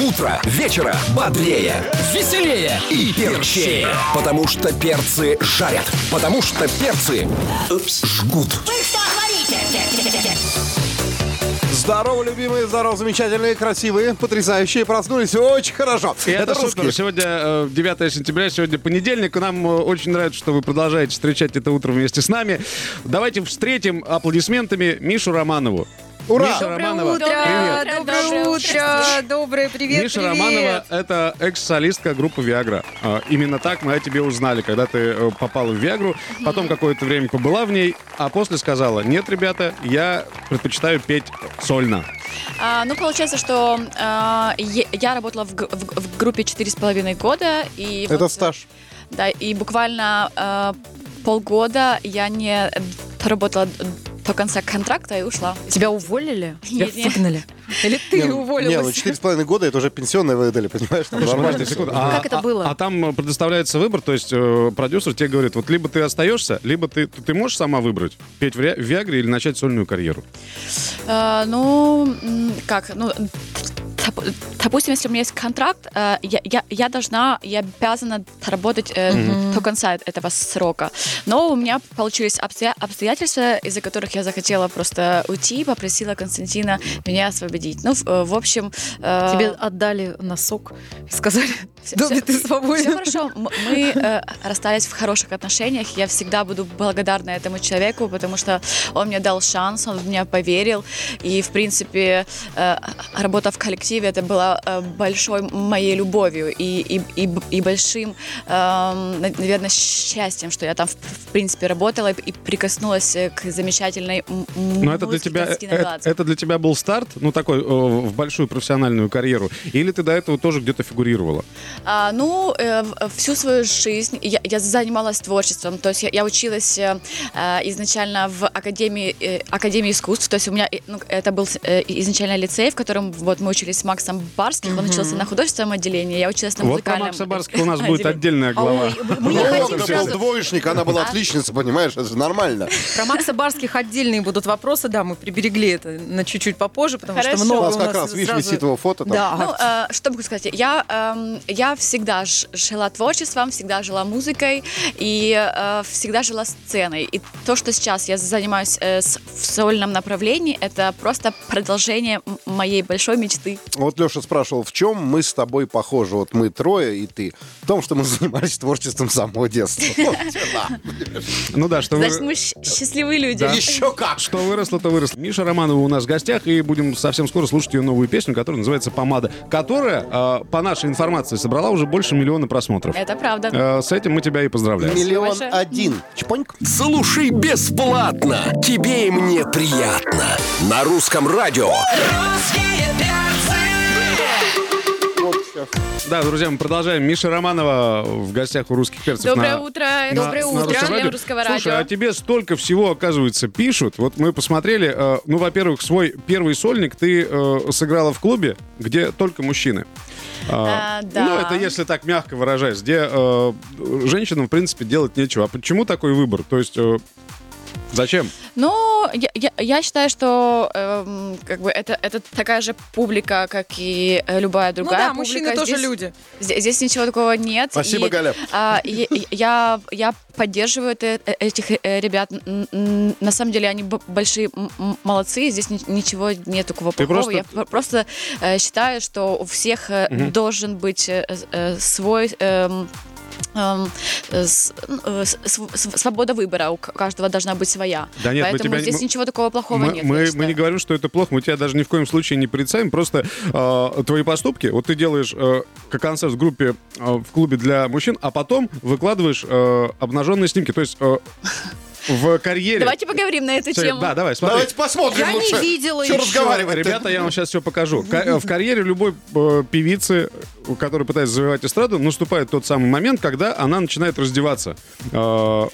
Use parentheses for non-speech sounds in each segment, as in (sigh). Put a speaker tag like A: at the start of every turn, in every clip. A: Утро вечера бодрее
B: Веселее!
A: и перчее. Потому что перцы жарят. Потому что перцы жгут.
C: Вы что творите?
D: Здорово, любимые, здорово, замечательные, красивые, потрясающие, проснулись очень хорошо.
E: И это, супер. Сегодня э, 9 сентября, сегодня понедельник. И Нам э, очень нравится, что вы продолжаете встречать это утро вместе с нами. Давайте встретим аплодисментами Мишу Романову.
D: Ура!
E: Миша
F: Доброе
E: Романова.
F: утро,
E: Привет.
F: доброе утро, доброе привет,
E: Миша
F: привет.
E: Романова — это экс-солистка группы «Виагра». А, Именно так мы о тебе узнали, когда ты э, попала в «Виагру», потом какое-то время побыла в ней, а после сказала, нет, ребята, я предпочитаю петь сольно.
F: А, ну, получается, что а, е- я работала в, г- в- в группе четыре с половиной года. И
D: Это
F: вот, э,
D: стаж.
F: Да, и буквально а, полгода я не доработала д- до конца контракта и ушла.
G: Тебя уволили? Тебя
F: Не-не.
G: выгнали? Или ты
D: Не, ну,
G: уволилась?
D: Не, ну четыре с половиной года это уже пенсионное выдали, понимаешь? Там нормально
E: Подожди,
D: всё.
E: секунду.
G: Ну, как это
E: а-
G: было?
E: А, там э, предоставляется выбор, то есть э, продюсер тебе говорит, вот либо ты остаешься, либо ты, ты ты можешь сама выбрать, петь в, Ри- в Виагре или начать сольную карьеру.
F: А, ну, м, как, ну, доп- допустим, если у меня есть контракт, а, я, я, я должна, я обязана работать э, до конца эт- этого срока. Но у меня получились обстоя- обстоятельства, из-за которых я захотела просто уйти, попросила Константина меня освободить. Ну, в, э, в общем...
D: а,
F: э,
G: Тебе отдали носок и сказали,
F: Всё-
G: Добби,
F: всё-
G: ты
F: Все
G: свободен.
F: хорошо. М- Мы э, расстались в хороших отношениях. Я всегда буду благодарна этому человеку, потому что он мне дал шанс, он в меня поверил. И, в принципе, э, работа в коллективе это была э, большой моей любовью и, и, и, б- и большим, эм, на- наверное, счастьем, что я там, в, в принципе, работала и, и прикоснулась э, к замечательной м- м-
E: Но это для
F: музыке
E: тебя э,
F: Константина
E: э,
F: Гладзе.
E: это для тебя был старт, ну такой э, в большую профессиональную карьеру, или ты до этого тоже где-то фигурировала?
F: А, ну, э, в- всю свою жизнь я, я занималась творчеством. То есть я, я училась э, э, изначально в Академии, э, Академии искусств. То есть у меня э, ну, это был э, изначально лицей, в котором вот, мы учились с Максом Барским. Он учился на художественном отделении, я училась на
E: Вот про
F: музыкальном.
E: Макса Барских у нас будет
F: отделении.
E: отдельная
F: (laughs)
E: глава.
G: Мы не
D: Ну,
G: хотим
D: это был
G: сразу...
D: двоечник, она была отличница, понимаешь, это же нормально.
G: Про Макса Барских отдельные будут вопросы, да, мы приберегли это на чуть-чуть попозже, потому
F: Хорошо.
G: что много
D: У нас
G: у
D: как
G: нас
D: раз, видишь,
G: сразу-
D: висит его фото там.
G: Да.
F: Ну, э, что могу сказать? Я, эм, я всегда ж- жила творчеством, всегда жила музыкой и э, всегда жила сценой. И то, что сейчас я занимаюсь э, с- в сольном направлении, это просто продолжение м- моей большой мечты.
D: Вот Леша спрашивал, в чем мы с тобой похожи? Вот мы трое и ты. В том, что мы занимались творчеством с
F: (laughs)
D: самого детства.
E: Ну да, что вы-
F: Значит, мы щ- счастливые люди.
D: Ну, Еще как!
E: Что выросло, то выросло. Миша Романова у нас в гостях, и будем совсем скоро слушать ее новую песню, которая называется «Помада», которая, э, по нашей информации, собрала уже больше миллиона просмотров.
F: Это правда.
E: Э, С этим мы тебя и поздравляем.
D: Миллион один. Чпоньк.
A: Слушай бесплатно. Тебе и мне приятно. На русском радио.
E: Да, друзья, мы продолжаем. Миша Романова в гостях у русских перцев.
F: Доброе
E: на-
F: утро.
E: на-
F: Доброе
E: на
F: утро.
E: Русском радио.
F: Всем русского
E: Слушай, а
F: радио.
E: тебе столько всего, оказывается, пишут. Вот мы посмотрели, э, ну, во-первых, свой первый сольник ты э, сыграла в клубе, где только мужчины. А,
F: А, да.
E: Ну, это если так мягко выражаясь, где э, женщинам, в принципе, делать нечего. А почему такой выбор? То есть, э, зачем?
F: Ну, я, я- я считаю, что эм, как бы это, это такая же публика, как и э, любая
G: Ну
F: другая
G: да,
F: публика.
G: мужчины тоже
F: Здесь-
G: люди.
F: Здесь, здесь ничего такого нет.
D: Спасибо,
F: И,
D: Галя.
F: а, и- и я, я поддерживаю это- э, этих э, ребят. Н- н- На самом деле они б- большие м- м- молодцы. и Здесь ни- ничего нет такого плохого.
E: Ты просто-
F: Я пр- просто э, считаю, что у всех э, должен быть э, э, свой... эм, эм, э, с- э, с- св- св- свобода выбора у к- каждого должна быть своя.
E: Да нет, мы
F: Поэтому
E: тебя не-
F: здесь
E: мы-
F: ничего такого плохого
E: Мы,
F: нет. я
E: мы, мы
F: считаю.
E: не говорим, что это плохо, мы тебя даже ни в коем случае не порицаем, просто э, твои поступки, вот ты делаешь э, как концерт в группе, э, в клубе для мужчин, а потом выкладываешь э, обнаженные снимки, то есть э, в карьере...
F: Давайте поговорим на эту
E: Смотри,
F: тему.
E: Да, давай, смотри.
D: Давайте посмотрим
G: Ну, Я не
D: лучше.
G: видела
D: Чё
G: еще.
D: разговаривать-то?
E: Ребята, я вам сейчас все покажу. Ка- В карьере любой э, певицы, э, которая пытается завоевать эстраду, наступает тот самый момент, когда она начинает раздеваться. Э,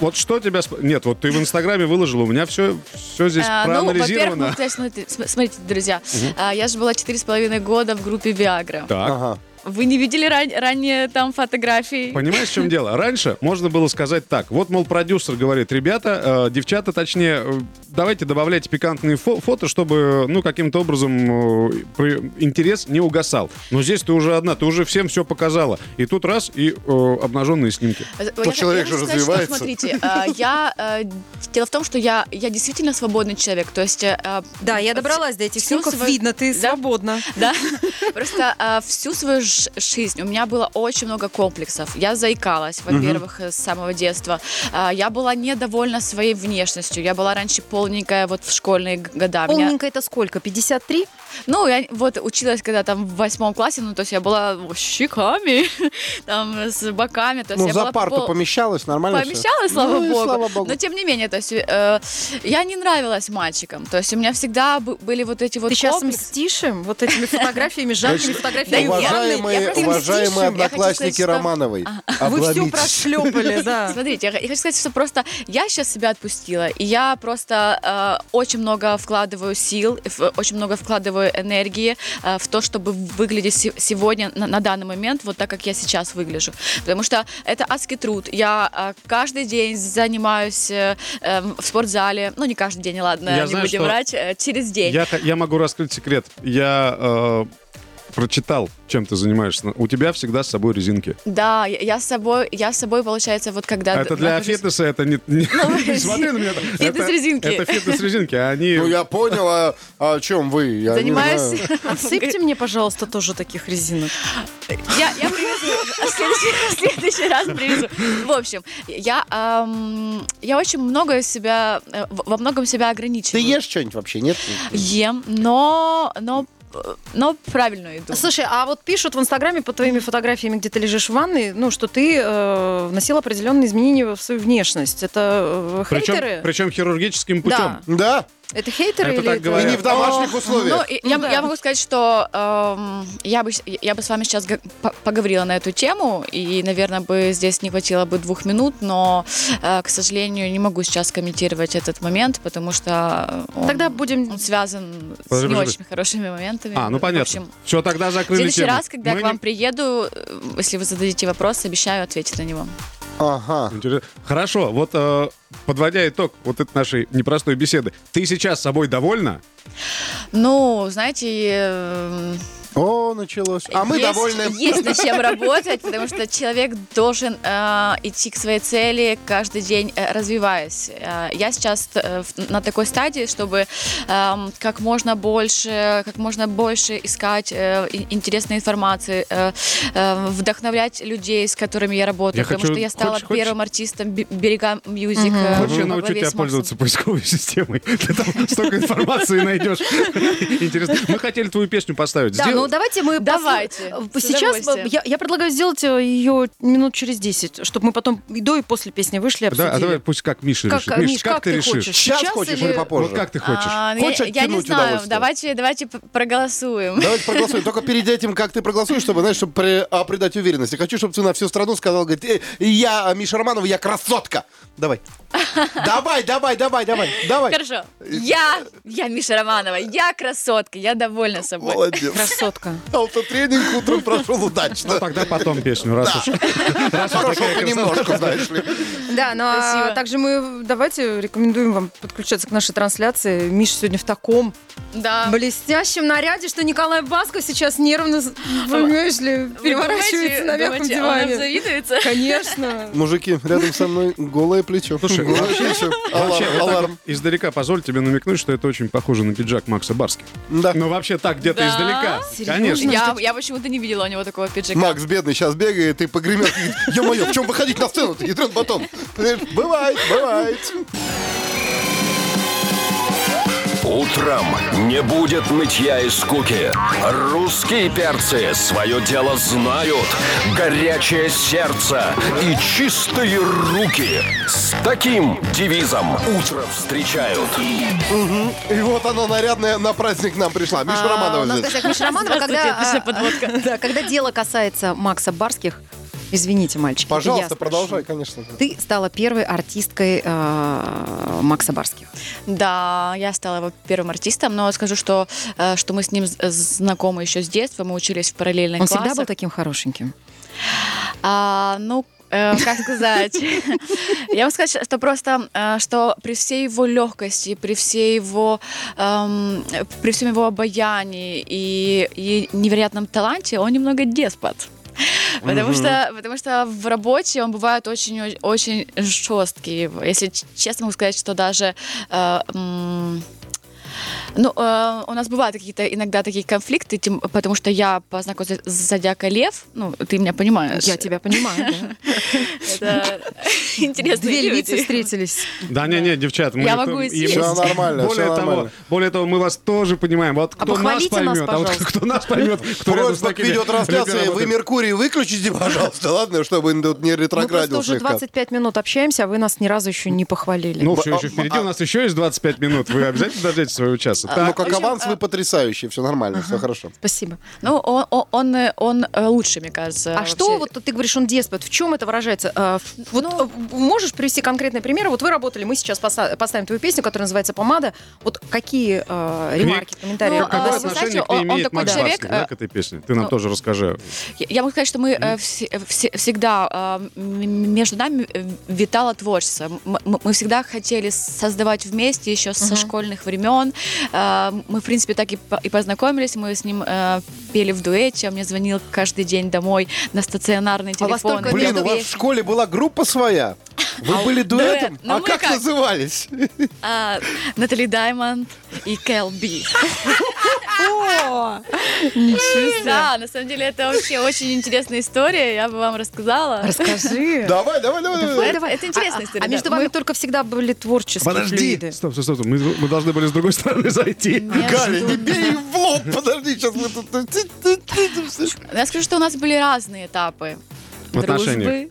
E: Вот что тебя... сп- Нет, вот ты в Инстаграме выложила, у меня все, все здесь
F: А, ну, во-первых,
E: проанализировано.
F: ну, то есть, смотрите, см- смотрите, друзья, а, я же была четыре с половиной года в группе Viagra.
E: Так.
D: Ага.
F: Вы не видели ран- ранее там фотографии?
E: Понимаешь, в чем дело? Раньше можно было сказать так. Вот, мол, продюсер говорит, ребята, э, девчата, точнее, э, давайте добавляйте пикантные фо- фото, чтобы, ну, каким-то образом э, при- интерес не угасал. Но здесь ты уже одна, ты уже всем все показала. И тут раз, и э, обнаженные снимки.
F: Э, Я
D: Тот
F: хот-
D: человек
F: я
D: же
F: хочу сказать, что,
D: развивается.
F: смотрите, э, я э, дело в том, что я я действительно свободный человек, то есть э,
G: Да, я добралась до этих
F: Всю
G: снимков.
F: свою-
G: Видно, ты
F: Да?
G: свободна.
F: Да, просто а, всю свою ж- жизнь у меня было очень много комплексов. Я заикалась, во-первых, э, с самого детства. А, я была недовольна своей внешностью. Я была раньше полненькая вот в школьные г- года. Меня-
G: Полненько это сколько? 53?
F: ну, я вот училась, когда там в восьмом классе, ну, то есть я была с щеками, (laughs) там, с боками. То есть
D: Ну,
F: я
D: за
F: была
D: парту
F: пол-
D: помещалась, нормально всё?
F: Помещалась, слава,
D: Ну и
F: богу. типа,
D: слава богу.
F: Но тем не менее, то есть э, я не нравилась мальчикам. То есть у меня всегда бы- были вот эти вот
G: Ты сейчас
F: комплексы.
G: мстишь им вот
D: (laughs)
G: этими фотографиями,
D: Значит,
G: жаркими фотографиями?
F: я
D: Уважаемые,
F: просто
D: уважаемые
F: мстишь им. Я хочу сказать,
D: одноклассники
F: что-
D: Романовой,
G: А Вы все
D: обломитесь.
G: прошлепали, (laughs)
E: А.
G: да.
F: Смотрите, я х- я хочу сказать, что просто я сейчас себя отпустила, и я просто э, очень много вкладываю сил, в- очень много вкладываю энергии э, в то, чтобы выглядеть се- сегодня, на, на данный момент, вот так, как я сейчас выгляжу. Потому что это адский труд. Я э, каждый день занимаюсь э, э, в спортзале, ну не каждый день, ладно,
E: Я
F: не
E: знаю,
F: будем
E: что-
F: врать, э, через день.
E: Я, х- я могу раскрыть секрет. Я э, прочитал, чем ты занимаешься. У тебя всегда с собой резинки.
F: Да, я, я с собой, я с собой, получается, вот когда...
E: А это для
F: нахожусь-
E: фитнеса, это не... (laughs) не-
F: Ну,
E: Смотри на меня. это-
F: фитнес-резинки.
E: Это фитнес-резинки, а они...
D: Ну, я понял, а а о чем вы? Я не знаю.
F: Занимаюсь...
G: Отсыпьте мне, пожалуйста, тоже таких резинок.
F: Я, я привезу. В следующий, в следующий раз привезу. В общем, я, ам, я очень много себя, э, в- во многом себя
D: Ты
F: ограничиваю.
D: ешь что-нибудь вообще, нет?
F: Ем, но, но, э, но правильную еду.
G: Слушай, а вот пишут в Инстаграме под твоими фотографиями, где ты лежишь в ванной, ну, что ты э, вносил определенные изменения в свою внешность. Это э,
E: Причем,
G: хейтеры?
E: причем хирургическим путем.
G: Да.
D: Да,
G: Это хейтеры
E: Это
G: или
E: так
G: это-
D: и
E: говорят.
D: не в домашних
F: О,
D: условиях.
F: Ну, и-
G: Ну
F: я,
G: да.
F: я могу сказать, что эм, я, бы, с- я бы с вами сейчас г- по- поговорила на эту тему, и, наверное, бы здесь не хватило бы двух минут, но, э, к сожалению, не могу сейчас комментировать этот момент, потому что э, он,
G: Тогда будем-
F: он связан
E: Подожди,
F: с не
E: подожди.
F: очень хорошими моментами.
E: А, ну
F: В
E: понятно.
F: общем,
E: Все, тогда
F: в
E: закрыли
F: следующий
E: тему.
F: раз, когда
E: Мы
F: я к
E: не-
F: вам приеду, э, если вы зададите вопрос, обещаю ответить на него.
D: Ага.
E: Интерес- Хорошо, вот э, подводя итог вот этой нашей непростой беседы, ты сейчас собой довольна?
F: Ну, знаете, э,
D: О, началось. А мы
F: Есть-
D: довольны.
F: Есть над
D: (laughs)
F: чем работать, потому что человек должен э, идти к своей цели каждый день, э, развиваясь. Э, я сейчас э, в- на такой стадии, чтобы эм, как можно больше, как можно больше искать э, и- интересной информации, э, э, вдохновлять людей, с которыми я работаю,
E: Я
F: потому
E: хочу-
F: что я стала
E: хочешь- хочешь-
F: первым артистом Бе- берега мьюзик. э,
E: Хочешь, я
F: во
E: научу
F: главе
E: тебя
F: с Максом.
E: пользоваться поисковой (laughs) системой? Ты там столько информации найдешь. Интересно. Мы хотели твою песню поставить.
G: Да,
E: Сделай-
G: ну давайте мы... посл-
F: Давайте,
G: э,
F: с
G: Сейчас
F: удовольствием.
G: я, я предлагаю сделать э, ее минут через 10, чтобы мы потом и до, и после песни вышли и
E: Да, а давай
G: обсудили.
E: пусть как Миша
G: Как,
E: решит.
G: э,
E: Миш,
G: Миш,
E: как,
G: как
E: ты
G: ты
E: решишь?
G: хочешь?
D: Сейчас
G: Сейчас
D: хочешь
G: или-
D: или попозже?
E: Вот как ты хочешь?
F: А, ну, я- я
D: Хочешь
F: не
D: оттянуть
F: знаю,
D: удовольствие?
F: давайте, давайте п- проголосуем.
D: Давайте проголосуем. Только перед этим, как ты проголосуешь, чтобы, знаешь, чтобы при- а, придать уверенность. Я хочу, чтобы ты на всю страну сказал, говорит, «Э, я, Миша Романова, я красотка. Давай. Давай, давай, давай, давай, давай.
F: Хорошо. Я, я Миша Романова, я красотка, я довольна собой.
D: Молодец.
G: Красотка.
D: Аутотренинг утром прошел удачно.
E: Ну, Тогда потом песню, раз уж.
D: Хорошо, понемножку, знаешь ли.
G: (laughs) Да, ну а
F: Спасибо.
G: также мы давайте рекомендуем вам подключаться к нашей трансляции. Миша сегодня в таком
F: Да.
G: А. блестящем наряде, что Николай Басков сейчас нервно, с- понимаешь ли,
F: Вы
G: переворачивается
F: думаете-
G: на мягком
F: думаете, он нам
G: диване.
F: (laughs) завидуется?
G: Конечно.
D: Мужики, рядом со мной голое плечо.
E: Слушай,
D: голое
E: вообще-
D: плечо.
E: Вообще,
D: Аларм,
E: вот так
D: аларм.
E: вот Издалека позволь тебе намекнуть, что это очень похоже на пиджак Макса Барски.
D: Да.
E: Ну вообще так, где-то
F: Да?
E: издалека.
G: Серьезно?
E: Конечно.
F: Я, я почему-то не видела у него такого пиджака.
D: Макс бедный сейчас бегает и погремел. Ё-моё, в чем выходить на сцену? И тренд потом. Бывает, бывает.
A: Утром не будет нытья и скуки. Русские перцы свое дело знают. Горячее сердце и чистые руки. С таким девизом утро встречают.
D: И вот она нарядная на праздник к нам пришла. (laughs) Миша
B: А, У
G: ну,
D: Романова
B: нас в
D: здесь.
G: а,
B: гостях Миша Романова, когда,
G: (laughs)
F: Здравствуйте, отличная
B: а, да, когда дело касается Макса Барских,
G: Извините, мальчики. это я
D: Пожалуйста,
G: спрошу.
D: продолжай, конечно.
G: Ты стала первой артисткой э, Макса Барских.
F: Да, я стала его первым артистом, но скажу, что, э, что мы с ним з- знакомы еще с детства, мы учились в параллельных
G: Он
F: классах.
G: всегда был таким хорошеньким.
F: А, ну, э, как сказать? (laughs) Я вам сказать, что просто, э, что при всей его легкости, при всей его, эм, э, при всем его обаянии и, и невероятном таланте, он немного деспот. Потому что, потому что в работе он бывает очень, очень жесткий. Если ч- честно могу сказать, что даже э, м, ну, э, у нас бывают какие-то иногда такие конфликты, тем- потому что я познакомилась с Зодиака Лев, ну, ты меня понимаешь.
G: Я тебя (laughs) понимаю. да.
F: Это (laughs) интересные
G: Две львицы
F: люди.
G: (laughs) встретились.
E: Да, не, не, девчат, мы
F: Я
E: это-
F: могу и
E: им-
F: съесть.
D: Всё нормально,
E: более
D: всё
E: того,
D: нормально.
E: более того, мы вас тоже понимаем. Вот кто нас
G: похвалите нас,
E: поймет, а вот
G: пожалуйста.
E: кто нас поймет, кто рядом с
D: Просьба к
E: такими людьми
D: видеотрансляции. Вы
E: работает.
D: Меркурий выключите, пожалуйста, ладно, чтобы он тут не
G: Мы Ну, просто
D: ретроградил
G: уже
D: слегка.
G: 25 минут общаемся, а вы нас ни разу еще не похвалили.
E: Ну, все
D: А,
E: еще впереди,
D: а-
E: у нас еще есть 25 минут. Вы обязательно дождетесь своего часа.
D: Ну,
E: Так,
D: как
F: В общем,
D: аванс, вы потрясающие, все нормально, все хорошо.
G: Спасибо.
F: Ну, он, он, он, э, он, э, лучше, мне кажется.
G: А
F: вообще. Ну,
G: что вот ты говоришь, он деспот? В чем это выражается? А, в- Вот э, можешь привести конкретные примеры? Вот вы работали, мы сейчас поста- поставим твою песню, которая называется «Помада». Вот какие э, ремарки, комментарии?
F: Ну,
G: у
E: какое
F: а,
G: вас
F: вы
G: есть?
E: отношение
F: знаете,
E: к ней
F: он- он
E: имеет
F: такой
E: Макс
F: человек,
E: Барских, да,
F: э,
E: к этой песне? Ты нам тоже расскажи.
F: Я, я могу сказать, что мы э, все- э, все- всегда э, м- между нами э, витало творчество. М- м- мы всегда хотели создавать вместе еще со школьных времен. Э, мы, в принципе, так и, по- и познакомились. Мы с ним э, пели в дуэте. Он мне звонил каждый день домой на стационарный
G: А у
F: телефон.
G: вас только
D: Блин,
F: пел
D: у вас в
F: песни.
D: школе была группа своя? Вы были
F: дуэт,
D: дуэтом?
F: ну
D: А
F: мы
D: как
F: как?
D: назывались?
F: А, Натали Даймонд и Кэл Би. Да, на самом деле это вообще очень интересная история, я бы вам рассказала.
G: (laughs) Расскажи.
D: Давай, давай, давай, давай.
G: Давай,
F: Ну, Это-
G: давай.
F: это интересная
G: А- а-
F: история,
G: А между
F: да.
G: вами
F: Мы-
G: только всегда были творческие флюиды.
E: Стоп, стоп, стоп. стоп. Мы, мы должны были с другой стороны зайти.
F: Нет,
D: Галя,
F: жду.
D: не бей в лоб, подожди, сейчас мы тут...
F: Я скажу, что у нас были разные этапы.
E: В отношениях.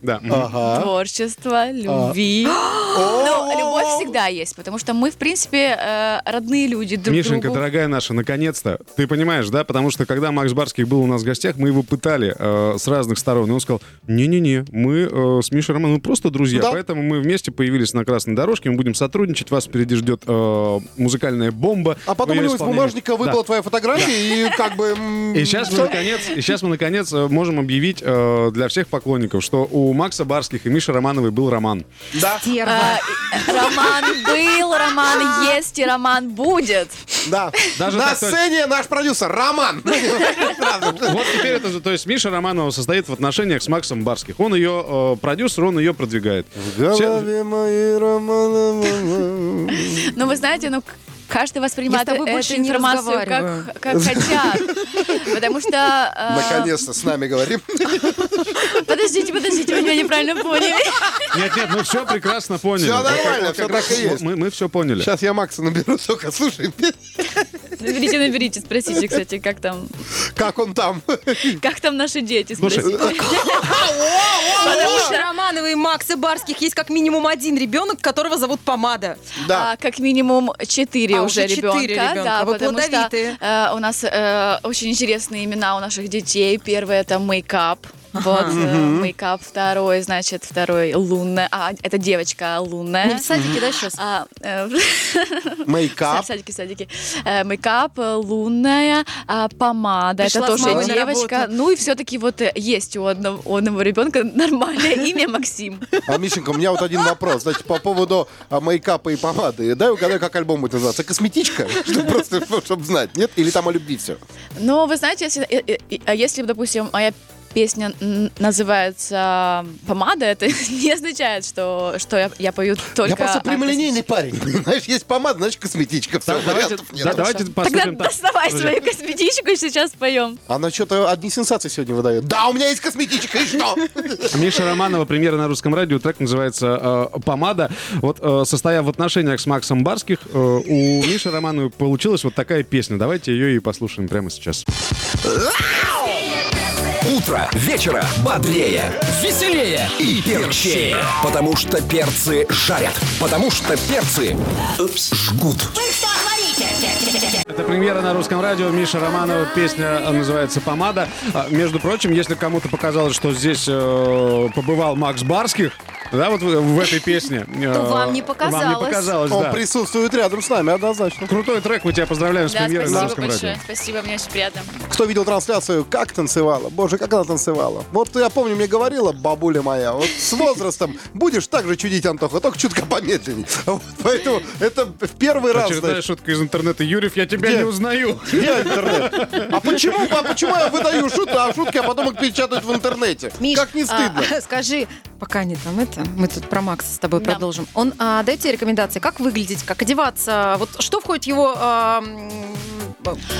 F: Дружбы,
E: Да.
D: А,
E: А?
D: Ага.
F: творчества,
E: (gasps)
F: любви. Но любовь всегда есть, потому что мы, в принципе, э, родные люди друг
E: Мишенька,
F: другу.
E: дорогая наша, наконец-то. Ты понимаешь, да? Потому что когда Макс Барских был у нас в гостях, мы его пытали э, с разных сторон. И он сказал, не-не-не, мы э, с Мишей Романом просто друзья.
D: Да.
E: Поэтому мы вместе появились на красной дорожке, мы будем сотрудничать. Вас впереди ждет э, музыкальная бомба.
D: А потом у
E: Ее
D: него из
E: исполнение-
D: бумажника
E: Ну, Да.
D: выпала твоя фотография, и как бы... м,
E: И сейчас мы
D: всё.
E: наконец, и сейчас мы наконец э, можем объявить э, для всех поклонников, что у Макса Барских и Миши Романовой был роман.
D: Да,
G: Стерва.
F: Э, и- Роман был, роман есть и роман будет.
D: да.
E: Даже
D: На
E: так точно.
D: сцене наш продюсер
E: (laughs)
D: Роман.
E: Вот теперь это, то есть Миша Романова состоит в отношениях с Максом Барских. Он ее э, продюсер, он ее продвигает. Все-
D: моей
F: Но вы знаете, ну к- каждый воспринимает
G: Я с тобой
F: эту
G: больше не
F: информацию
G: разговариваю.
F: как, как хотят. Потому что... э,
D: Наконец-то с нами говорим.
F: Подождите, подождите, вы меня неправильно поняли.
E: Нет, нет, мы все прекрасно поняли.
D: Всё
E: Вот как-
D: нормально,
E: вот
D: всё
E: как раз
D: так и есть.
E: Мы, все поняли.
D: Сейчас я Макса наберу, только слушай,
G: Ну,
F: Наберите, наберите, спросите, кстати, как там,
D: как он там.
F: как там наши дети,
E: Слушай,
F: спросите.
G: У
F: ну,
G: Миши Романова и Макса Барских есть как минимум один ребенок, которого зовут Помада.
D: Да.
F: А, как минимум четыре
G: А,
F: уже
G: уже четыре
F: ребенка,
G: ребенка.
F: да,
G: Вы
F: потому что
G: плодовитые.
F: э, у нас э, очень интересные имена у наших детей. Первый это мейкап. Вот э, мейкап, второй, значит, второй лунная. А, это девочка
G: Не
F: лунная.
G: в садике, да, сейчас?
F: А, э,
D: Мейкап.
F: Садики, садики. Э, Мейкап, э, лунная, а, помада.
G: Пришла
F: это
G: с мамой
F: тоже
G: на
F: девочка.
G: работу.
F: Ну и все-таки вот э, есть у одного, у одного ребенка
G: (laughs)
F: нормальное имя Максим.
D: А, Мишенька, у меня вот один вопрос. Значит, по поводу а, мейкапа и помады. Дай угадаю, как альбом будет называться. Косметичка? (laughs) Чтобы просто, ну, чтобы знать. Нет? Или там о любви все?
F: Но вы знаете, если, э, э, э, а если, допустим, моя песня м, называется э, «Помада», это (laughs) не означает, что, что я, я пою только...
D: Я просто
F: о
D: прямолинейный парень. Знаешь, есть помада, значит, косметичка. Все,
E: Давайте,
D: вариантов нет.
E: да, давайте
F: Тогда
E: послушаем. так.
F: доставай
E: Друзья,
F: свою косметичку и сейчас поем.
D: Она что-то одни сенсации сегодня выдает. Да, у меня есть косметичка, и (laughs) что?
E: Миша Романова, премьера на русском радио, трек называется э, «Помада». Вот, э, состоя в отношениях с Максом Барских, э, у Миши Романовой получилась вот такая песня. Давайте ее и послушаем прямо сейчас.
A: Утро вечера бодрее, веселее и перчее. Потому что перцы жарят. Потому что перцы э, жгут.
C: Вы что творите?
E: Это премьера на русском радио. Миша Романова. Песня э, называется «Помада». А, между прочим, если кому-то показалось, что здесь э, побывал Макс Барских, да, вот в, в этой песне. э,
G: То вам не
E: Вам
G: показалось.
E: не показалось,
D: Он
E: да.
D: присутствует рядом с нами, однозначно.
E: Крутой трек. Мы тебя поздравляем с
F: Да,
E: премьерой на
F: спасибо
E: русском
F: большое.
E: радио.
F: Спасибо, мне очень приятно.
D: Кто видел трансляцию, как танцевала? Боже, как она танцевала. Вот я помню, мне говорила бабуля моя, вот с возрастом будешь так же чудить, Антоха, только чутка помедленнее. (laughs) Вот поэтому это в первый раз.
E: Очередная
D: знаешь,
E: шутка из интернета. Юрьев, я тебя
D: Где?
E: не узнаю.
D: я интернет. А почему, а почему я выдаю шутки, а шутки, а потом их печатают в интернете?
G: Миш,
D: как не стыдно?
G: а, (laughs) скажи, пока не там это, мы тут про Макса с тобой
F: Да.
G: продолжим. Он а, дает тебе рекомендации, как выглядеть, как одеваться, вот что входит в его а, м,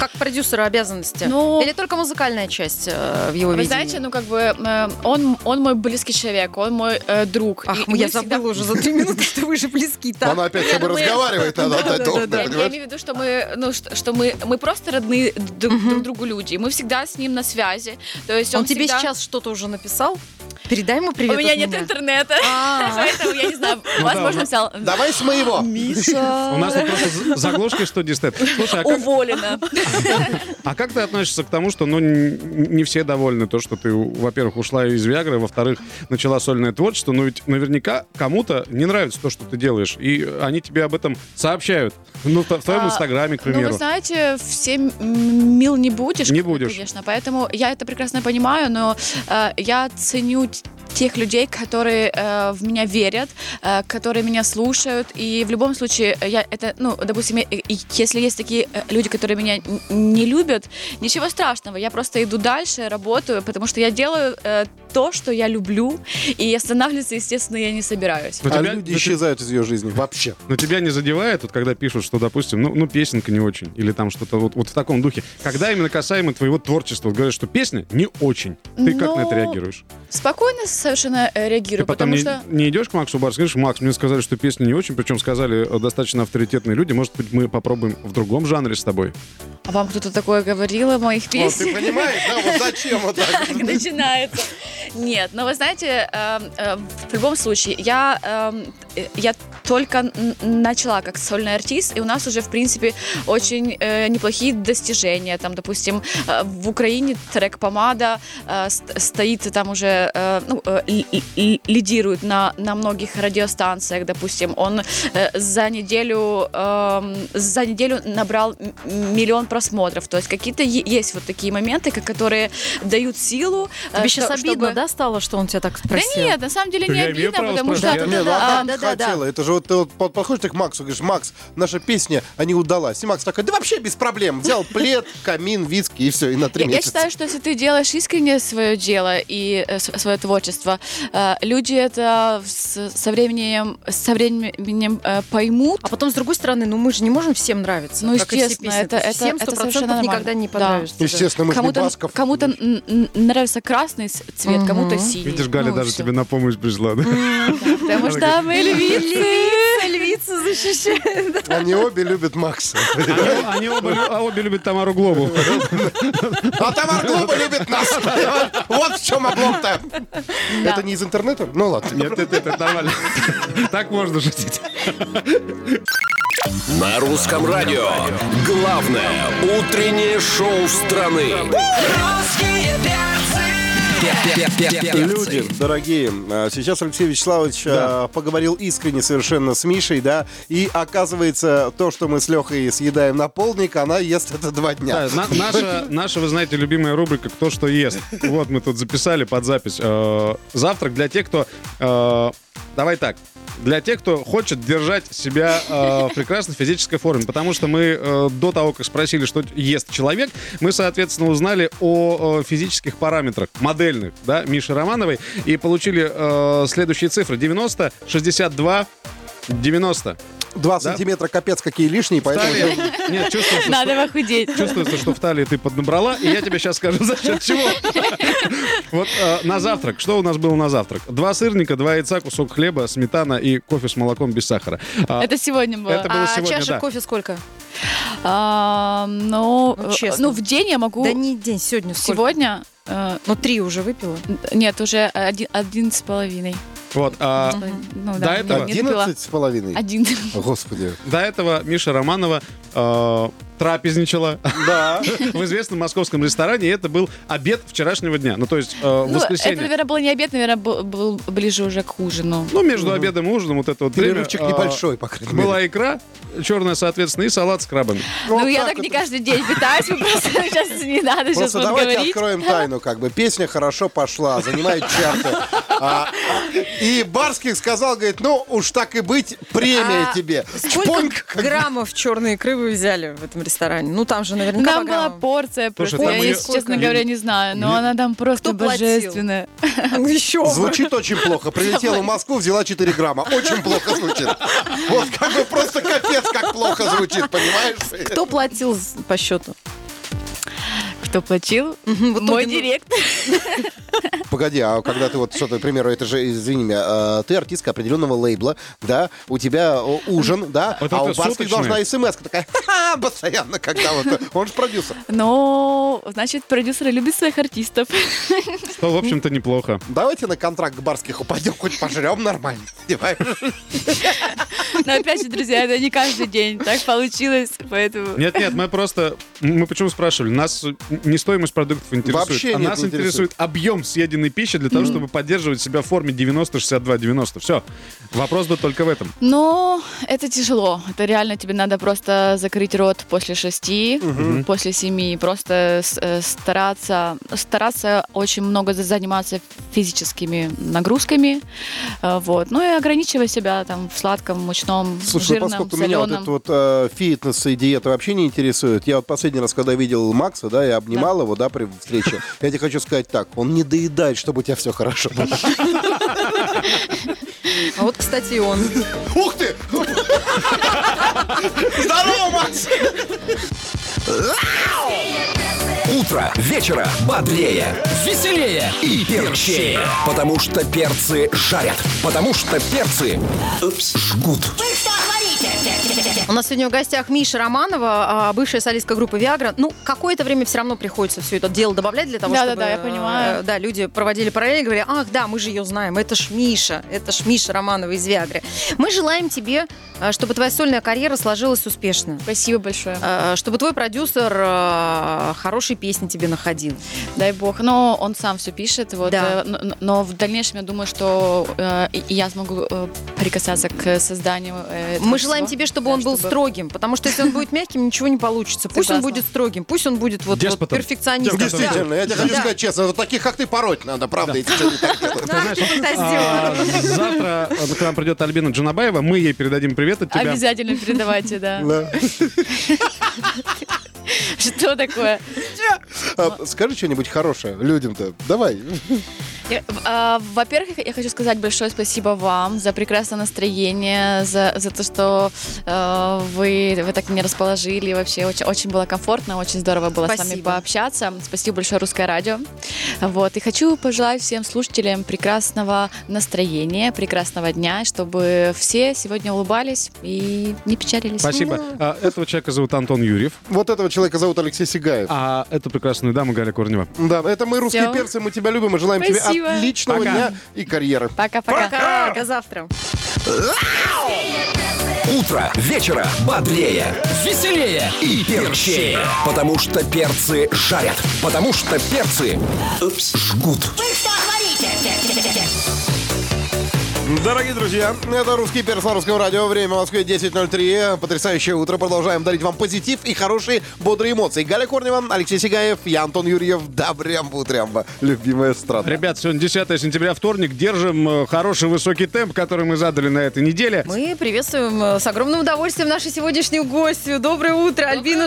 G: как продюсера обязанности?
F: Ну-
G: Или только музыкальная часть э, в его
F: Вы
G: видении?
F: знаете, ну как бы э, он, он мой близкий человек, он мой э, друг.
G: Ах,
F: И
G: я
F: мы всегда-
G: забыла уже за три минуты, что вы же близки. так.
D: Она опять с тобой
F: Ну, мы-
D: разговаривает, надо отдать должное,
F: Я, я
D: понимаешь?
F: имею в виду, что мы, ну, что, что мы, мы просто родные друг, друг другу люди. И Мы всегда с ним на связи. То есть он,
G: Он тебе
F: всегда-
G: сейчас что-то уже написал? Передай ему
F: У
G: привет.
F: меня
G: от
F: нет
G: меня.
F: интернета,
G: А,
F: (laughs) поэтому я не знаю.
E: да,
F: Возможно,
E: ну-
F: написал
D: Давай с моего.
E: У нас тут просто з- заглушки, что дистеп. Слушай, а как,
F: уволена.
E: а как ты относишься к тому, что ну, н- не все довольны то, что ты, во-первых, ушла из Виагры, во-вторых, начала сольное творчество, но ведь наверняка кому-то не нравится то, что ты делаешь, и они тебе об этом сообщают. Ну, в в твоем
F: А,
E: инстаграме, к
F: Ну,
E: примеру.
F: вы знаете, всем м, мил не будешь.
E: Не будешь.
F: Конечно, поэтому я это прекрасно понимаю, но э, я ценю т- тех людей, которые э, в меня верят, э, которые меня слушают, и в любом случае э, я это, ну, допустим, э, и если есть такие э, люди, которые меня н- не любят, ничего страшного, я просто иду дальше, работаю, потому что я делаю э, то, что я люблю, и останавливаться, естественно, я не собираюсь.
E: Но
D: А
E: тебя-
D: люди
E: но те-
D: исчезают из ее жизни вообще.
E: Но тебя не задевает, вот когда пишут, что, допустим, ну, ну песенка не очень, или там что-то вот, вот в таком духе. Когда именно касаемо твоего творчества, вот говорят, что песня не очень. Ты как на это
F: Ну,
E: реагируешь?
F: Спокойно совершенно э,
E: Ты
F: реагирую,
E: потом
F: потому
E: не,
F: что...
E: не идешь к Максу Барс, говоришь, Макс, мне сказали, что песня не очень, причем сказали э, достаточно авторитетные люди, может быть, мы попробуем в другом жанре с тобой.
F: А вам кто-то такое говорил о моих
D: Вот ты
F: песнях?
D: понимаешь, да, вот зачем вот так?
F: Так (laughs) начинается. Нет, но вы знаете, эм, э, в любом случае, я, эм, э, я только н- начала как сольный артист, и у нас уже, в принципе, очень э, неплохие достижения. Там, допустим, э, в Украине трек «Помада» э, ст- стоит там уже, э, ну, э, и- и- и лидирует на, на многих радиостанциях, допустим. Он э, за неделю, эм, за неделю набрал м- м- миллион просмотров. То есть какие-то е- есть вот такие моменты, ко- которые дают силу. э,
G: Тебе сейчас
F: что-
G: обидно,
F: чтобы-
G: да, стало, что он тебя так
F: Да
G: спросил?
F: нет, на самом деле
E: Да
F: не
E: я имею
F: обидно,
E: право
F: потому что... а,
E: спросить.
D: Не, ну она
G: Да, да, да, да.
D: хотела. Это же вот ты вот под- подходишь ты к Максу, говоришь, Макс, наша песня, а не удалась. И Макс такой, да вообще без проблем. Взял плед, камин, виски и все, и на три
F: Я, я
D: месяца.
F: считаю, что если ты делаешь искренне свое дело и э, с- свое творчество, э, люди это с- со временем, со временем э, поймут.
G: А потом, с другой стороны, ну мы же не можем всем нравиться.
F: Ну,
G: как и все
F: естественно,
G: песни.
F: это- это-
G: всем
F: это
G: 100%
F: совершенно
G: никогда
F: нормально.
G: не
F: Да.
G: понравится.
D: Ну, Естественно, мы же не
F: Кому-то,
D: Басков.
F: кому-то н- н- нравится красный с- цвет,
G: Мгм.
F: кому-то синий.
E: Видишь, Галя
F: Ну,
E: даже
F: всё.
E: тебе на помощь пришла, да?
F: Потому что мы львицы.
G: Львица защищает.
D: Они обе любят Макса.
E: Они- Они оба лю- а обе любят Тамару Глобу.
D: А товар клуба любит нас. Вот в чем облом-то. Это не из интернета? Ну ладно.
E: Нет, это, это нормально. Так можно шутить.
A: На русском радио. Главное утреннее шоу страны.
D: Люди, дорогие, а, сейчас Алексей Вячеславович а, поговорил искренне совершенно с Мишей, да, и оказывается, то, что мы с Лехой съедаем на полник, она ест это два дня.
E: Да, на- наша, наша, вы знаете, любимая рубрика «Кто что ест». Вот мы тут записали под запись. Э, Завтрак для тех, кто... э, Давай так. Для тех, кто хочет держать себя э, в прекрасной физической форме. Потому что мы э, до того, как спросили, что ест человек, мы, соответственно, узнали о э, физических параметрах, модельных, да, Миши Романовой, и получили э, следующие цифры. 90, 62, 90.
D: Два
E: Да.
D: сантиметра капец какие лишние, поэтому...
E: Талия. Нет, чувствуется, что-
F: Надо похудеть.
E: Чувствуется, что в талии ты поднабрала, и я тебе сейчас скажу, за счет чего. Вот э, на завтрак. Что у нас было на завтрак? Два сырника, два яйца, кусок хлеба, сметана и кофе с молоком без сахара. (laughs) А,
F: Это сегодня было.
E: Это было
G: А
E: сегодня,
G: чашек
E: да.
G: кофе сколько?
F: А, ну,
G: Ну,
F: э,
G: честно.
F: ну, в день я могу...
G: Да не день, сегодня сколько?
F: сегодня... э,
G: Ну, три уже выпила.
F: Нет, уже один, один с половиной.
E: Вот. а,
F: Ну,
E: До
F: да,
E: этого?
F: не допила. А
D: Одиннадцать с половиной?
F: Один.
D: Господи.
E: До этого Миша Романова э, трапезничала
D: Да.
E: (laughs) в известном московском ресторане, и это был обед вчерашнего дня. Ну, то есть э,
F: Ну, это,
E: воскресенье.
F: наверное, был не обед, наверное, был, был ближе уже к ужину.
E: Ну, между обедом и ужином вот это вот время,
D: Перерывчик
E: э,
D: небольшой, по крайней мере.
E: Была икра, черная, соответственно, и салат с крабами.
F: ну, я
D: так
F: так не каждый день питаюсь, вы просто (laughs) сейчас не надо сейчас
D: Просто
F: вот
D: давайте
F: говорить.
D: откроем тайну, как бы. Песня хорошо пошла, занимает чарты. А, и Барских сказал, говорит, ну уж так и быть, премия
G: А
D: тебе.
G: Сколько
D: Чпоньк, (laughs) как бы.
G: граммов черной икры вы взяли в этом ресторане? Ну, там же наверняка
F: Нам
G: по
F: была
G: граммам.
F: порция,
E: Слушай,
F: просто
E: там
F: я,
E: ее-
F: если честно
E: Сколько?
F: говоря, не знаю, но она там просто
G: Кто платил?
F: божественная.
G: Еще бы.
D: Звучит очень плохо. Прилетела в Москву, взяла 4 грамма. Очень плохо звучит. Вот как бы просто капец, как плохо звучит, понимаешь?
G: Кто платил з- по счету?
F: Кто платил?
G: вот
F: Мой
G: Ольга, ну-
F: директор.
D: Погоди, а когда ты вот, что-то, к примеру, это же, извини меня, э, ты артистка определенного лейбла, да, у тебя э, ужин, да,
E: Вот
D: а
E: это
D: у Барских
E: суточные.
D: должна смс такая, (laughs) ха-ха, постоянно, когда вот, он же продюсер.
F: Но, значит, продюсеры любят своих артистов. (laughs)
E: Что, в общем-то, неплохо.
D: Давайте на контракт к Барских упадем, хоть пожрем нормально. понимаешь?
F: Но, опять же, друзья, это не каждый день так получилось, поэтому...
E: Нет, нет, мы просто... Мы почему спрашивали? Нас не стоимость продуктов интересует,
D: Вообще
E: а
D: нет,
E: нас
D: не интересует.
E: интересует объем съеденной пищи для того, чтобы поддерживать себя в форме 90, 62, 90. Все. Вопрос был только в
D: (laughs)
E: этом.
F: Но это тяжело. Это реально тебе надо просто закрыть рот после шести, после семи. Просто с- э, стараться, стараться очень много за- заниматься физическими нагрузками. Э, Вот. Ну и ограничивать себя там в сладком, мучном,
D: Слушай, ну,
F: жирном,
D: поскольку меня
F: соленом.
D: вот этот вот э, фитнес и диета вообще не интересует, я вот последний раз, когда видел Макса, да, я обнимал его, да, при встрече, я тебе хочу сказать так, он не доедает, чтобы у тебя все хорошо было.
G: А вот, кстати, и он.
D: Ух ты! (laughs) Здорово, Макс!
A: Утро вечера бодрее, веселее и перчее. Потому что перцы жарят. Потому что перцы жгут.
C: Вы что творите?
G: У нас сегодня в гостях Миша Романова, а, бывшая солистка группы «Виагра». Ну, какое-то время все равно приходится все это дело добавлять для того, чтобы...
F: Да-да-да, я
G: э,
F: понимаю.
G: Да, люди проводили параллель, говорили, ах, да, мы же ее знаем, это ж Миша, это ж Миша Романова из «Виагры». Мы желаем тебе, э, чтобы твоя сольная карьера сложилась успешно.
F: Спасибо большое.
G: э, Чтобы твой продюсер э, хорошие песни тебе находил.
F: Дай бог. Но он сам все пишет. Вот,
G: Да.
F: э, н- н- но в дальнейшем я думаю, что э, и- и я смогу э, прикасаться к созданию. э, этого
G: Мы желаем
F: всего.
G: тебе, чтобы
F: Да,
G: он был
F: чтобы-
G: строгим, потому что если он будет мягким, ничего не получится. Пусть он
F: Согласна.
G: будет строгим, пусть он будет вот, вот
E: Деспотом.
G: перфекционистом.
D: Действительно, я тебе хочу
G: Да.
D: сказать честно, вот таких, как ты, пороть надо, правда, если что не так делают.
G: Да. Ах, ты
E: А,
G: фантазер.
E: завтра э, к нам придет Альбина Джанабаева, мы ей передадим привет от тебя.
F: Обязательно передавайте,
D: (laughs)
F: да. Что такое?
D: А, Скажи что-нибудь хорошее людям-то. Давай.
F: Я- в- а, Во-первых, я хочу сказать большое спасибо вам за прекрасное настроение, за, за то, что э, вы, вы так меня расположили. Вообще очень, очень было комфортно, очень здорово было с вами
G: Спасибо.
F: пообщаться. Спасибо большое Русское радио. Вот. И хочу пожелать всем слушателям прекрасного настроения, прекрасного дня, чтобы все сегодня улыбались и не печалились.
E: Спасибо. А, этого человека зовут Антон Юрьев,
D: Вот этого человека зовут Алексей Сигаев.
E: а эту прекрасную даму Галя Корнева.
D: Да, это мы, русские
F: Всё.
D: перцы, мы тебя любим и желаем тебе
F: Спасибо.
D: отличного
E: Пока.
D: дня и карьеры.
F: Пока-пока.
G: Пока, до завтра.
A: Утро вечера бодрее, веселее и перчее. Потому что перцы жарят. Потому что перцы жгут.
C: Вы что творите?
D: Дорогие друзья, это русский перс на русском радио. Время в Москве 10.03. Потрясающее утро. Продолжаем дарить вам позитив и хорошие, бодрые эмоции. Галя Корнева, Алексей Сигаев, я Антон Юрьев. Добрям утрям, любимая страна.
E: Ребят, сегодня 10 сентября, вторник. Держим э, хороший высокий темп, который мы задали на этой неделе.
G: Мы приветствуем э, с огромным удовольствием нашу сегодняшнюю гостью. Доброе утро, Альбина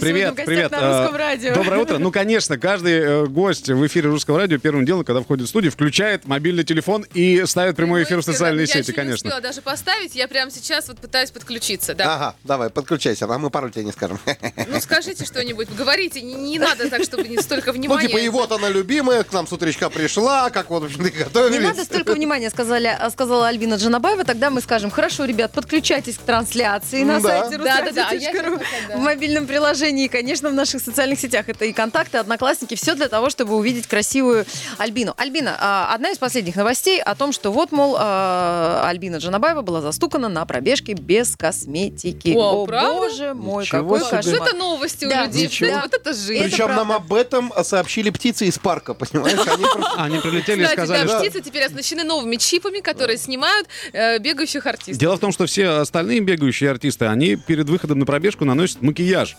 E: А
G: сегодня в
E: Привет,
G: гостях
E: привет.
G: на Русском
E: А,
G: радио.
E: Доброе утро. Ну, конечно, каждый э, гость в эфире Русского радио первым делом, когда входит в студию, включает мобильный телефон и ставит прямой эфир в социальные
B: Ну, я
E: сети,
B: еще не
E: конечно.
B: успела даже поставить, я прямо сейчас вот пытаюсь подключиться, да.
D: Ага, давай, подключайся, а мы пару тебе не скажем.
E: А.
B: Ну скажите что-нибудь, говорите, не, не надо так, чтобы не
D: (laughs)
B: столько
D: Ну,
B: внимания.
D: типа, и вот она любимая, к нам с утречка пришла, как вот, в общем-то, и
G: Не
D: готовились.
G: надо столько внимания, сказали, а, сказала Альбина Джанабаева. Тогда мы скажем, хорошо, ребят, подключайтесь к трансляции на
D: Да.
G: сайте
B: Да-да-да, а я
G: русрадио.ру,
B: щас пока, да.
G: в мобильном приложении и, конечно, в наших социальных сетях. Это и контакты, и одноклассники. Все для того, чтобы увидеть красивую Альбину. Альбина, а, одна из последних новостей о том, что вот, мол, э, Альбина Джанабаева была застукана на пробежке без косметики.
B: О, правда?
G: боже мой,
D: Ничего
G: какой
D: себе.
B: Как же
G: кошмар.
B: это новости у
F: Да.
B: людей?
D: Ничего.
B: Вот это жизнь.
D: Причем нам об этом а, сообщили птицы из парка, понимаешь? Они просто-
E: А, Они прилетели и
B: Кстати,
E: сказали,
B: да,
E: что...
B: птицы теперь оснащены новыми чипами, которые снимают э, бегающих артистов.
E: Дело в том, что все остальные бегающие артисты, они перед выходом на пробежку наносят макияж.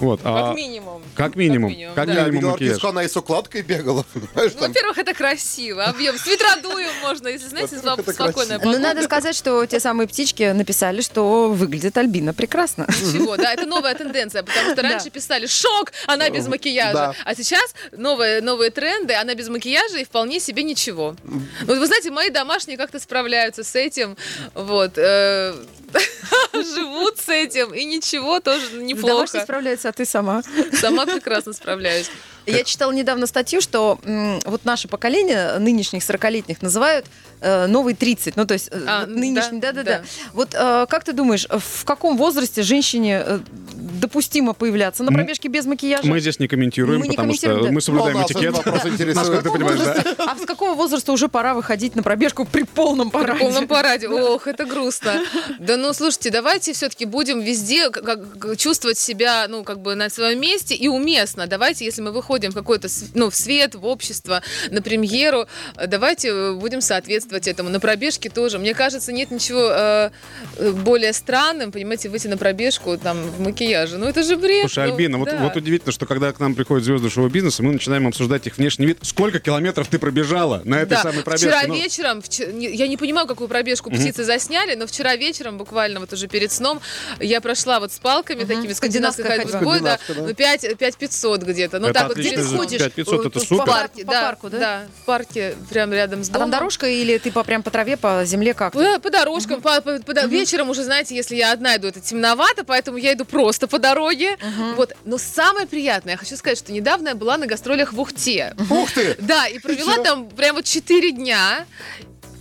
E: Вот, а-
B: Как минимум.
E: как минимум. Как
B: да.
D: Я
E: минимум.
D: видел
E: макияж.
D: артистку, она и с укладкой бегала, (laughs) понимаешь,
B: Ну,
D: там.
B: Во-первых, это красиво, объем. С ветродуем можно, если, знаете, с
D: Во-первых, это
B: спокойная
G: Ну,
B: погода.
G: надо сказать, что те самые птички написали, что выглядит Альбина прекрасно.
B: Чего? Да, это новая тенденция, потому что раньше писали «Шок! Она без
D: Да.
B: макияжа!» А сейчас новые, новые тренды, она без макияжа и вполне себе ничего. Вот вы знаете, мои домашние как-то справляются с этим, вот, э, (laughs) живут с этим, и ничего, тоже
G: Домашний
B: неплохо.
G: справляется, а ты сама.
B: Сама прекрасно справляюсь.
G: Я читала недавно статью, что м, вот наше поколение нынешних 40-летних называют э, новый 30. Ну, то есть э,
B: А,
G: вот нынешний,
B: да,
G: да-да-да.
B: да.
G: Вот э, как ты думаешь, в каком возрасте женщине э, допустимо появляться на
E: М,
G: пробежке без макияжа?
E: Мы здесь не комментируем,
G: Мы не
E: потому что
G: комментируем, да.
E: мы соблюдаем
D: Ну, а нас
E: этикет.
D: этот
E: (laughs)
D: вопрос интересует.
E: ты понимаешь, да?
G: А с какого возраста уже пора выходить на пробежку при полном параде?
B: При полном параде. Ох, это грустно. Да ну, слушайте, давайте все-таки будем везде к- как- к- чувствовать себя, ну, как бы на своем месте и уместно. Давайте, если мы выходим в какой-то, св- ну, в свет, в общество, на премьеру, э, давайте э, будем соответствовать этому. На пробежке тоже. Мне кажется, нет ничего э, э, более странным, понимаете, выйти на пробежку там в макияже. Ну, это же бред.
E: Слушай,
B: ну,
E: Альбина, вот,
B: да.
E: вот удивительно, что когда к нам приходят звезды шоу-бизнеса, мы начинаем обсуждать их внешний вид. Сколько километров ты пробежала на этой
B: Да,
E: самой пробежке?
B: Вчера
E: Ну,
B: вечером, вч- не- я не понимаю, какую пробежку птицы засняли, но вчера вечером, буквально вот уже перед сном, я прошла вот с палками такими, скандинавской
G: Скандинавская
B: ходьбой, да,
D: Скандинавка, да.
B: ну 5, 500 где-то. Ну
E: Это
B: так вот
E: отлично,
B: через
E: за
B: ходишь
E: 5500 это
G: э,
E: супер.
B: в парке,
G: по
B: да,
G: парку, да?
B: в парке, прям рядом с
G: А
B: домом.
G: там дорожка или ты по, прям по траве, по земле как?
B: По, по дорожкам, по- по- по до- вечером уже, знаете, если я одна иду, это темновато, поэтому я иду просто по дороге. Вот. Но самое приятное, я хочу сказать, что недавно я была на гастролях в Ухте.
D: Ух ты!
B: Да, и провела там прямо 4 дня.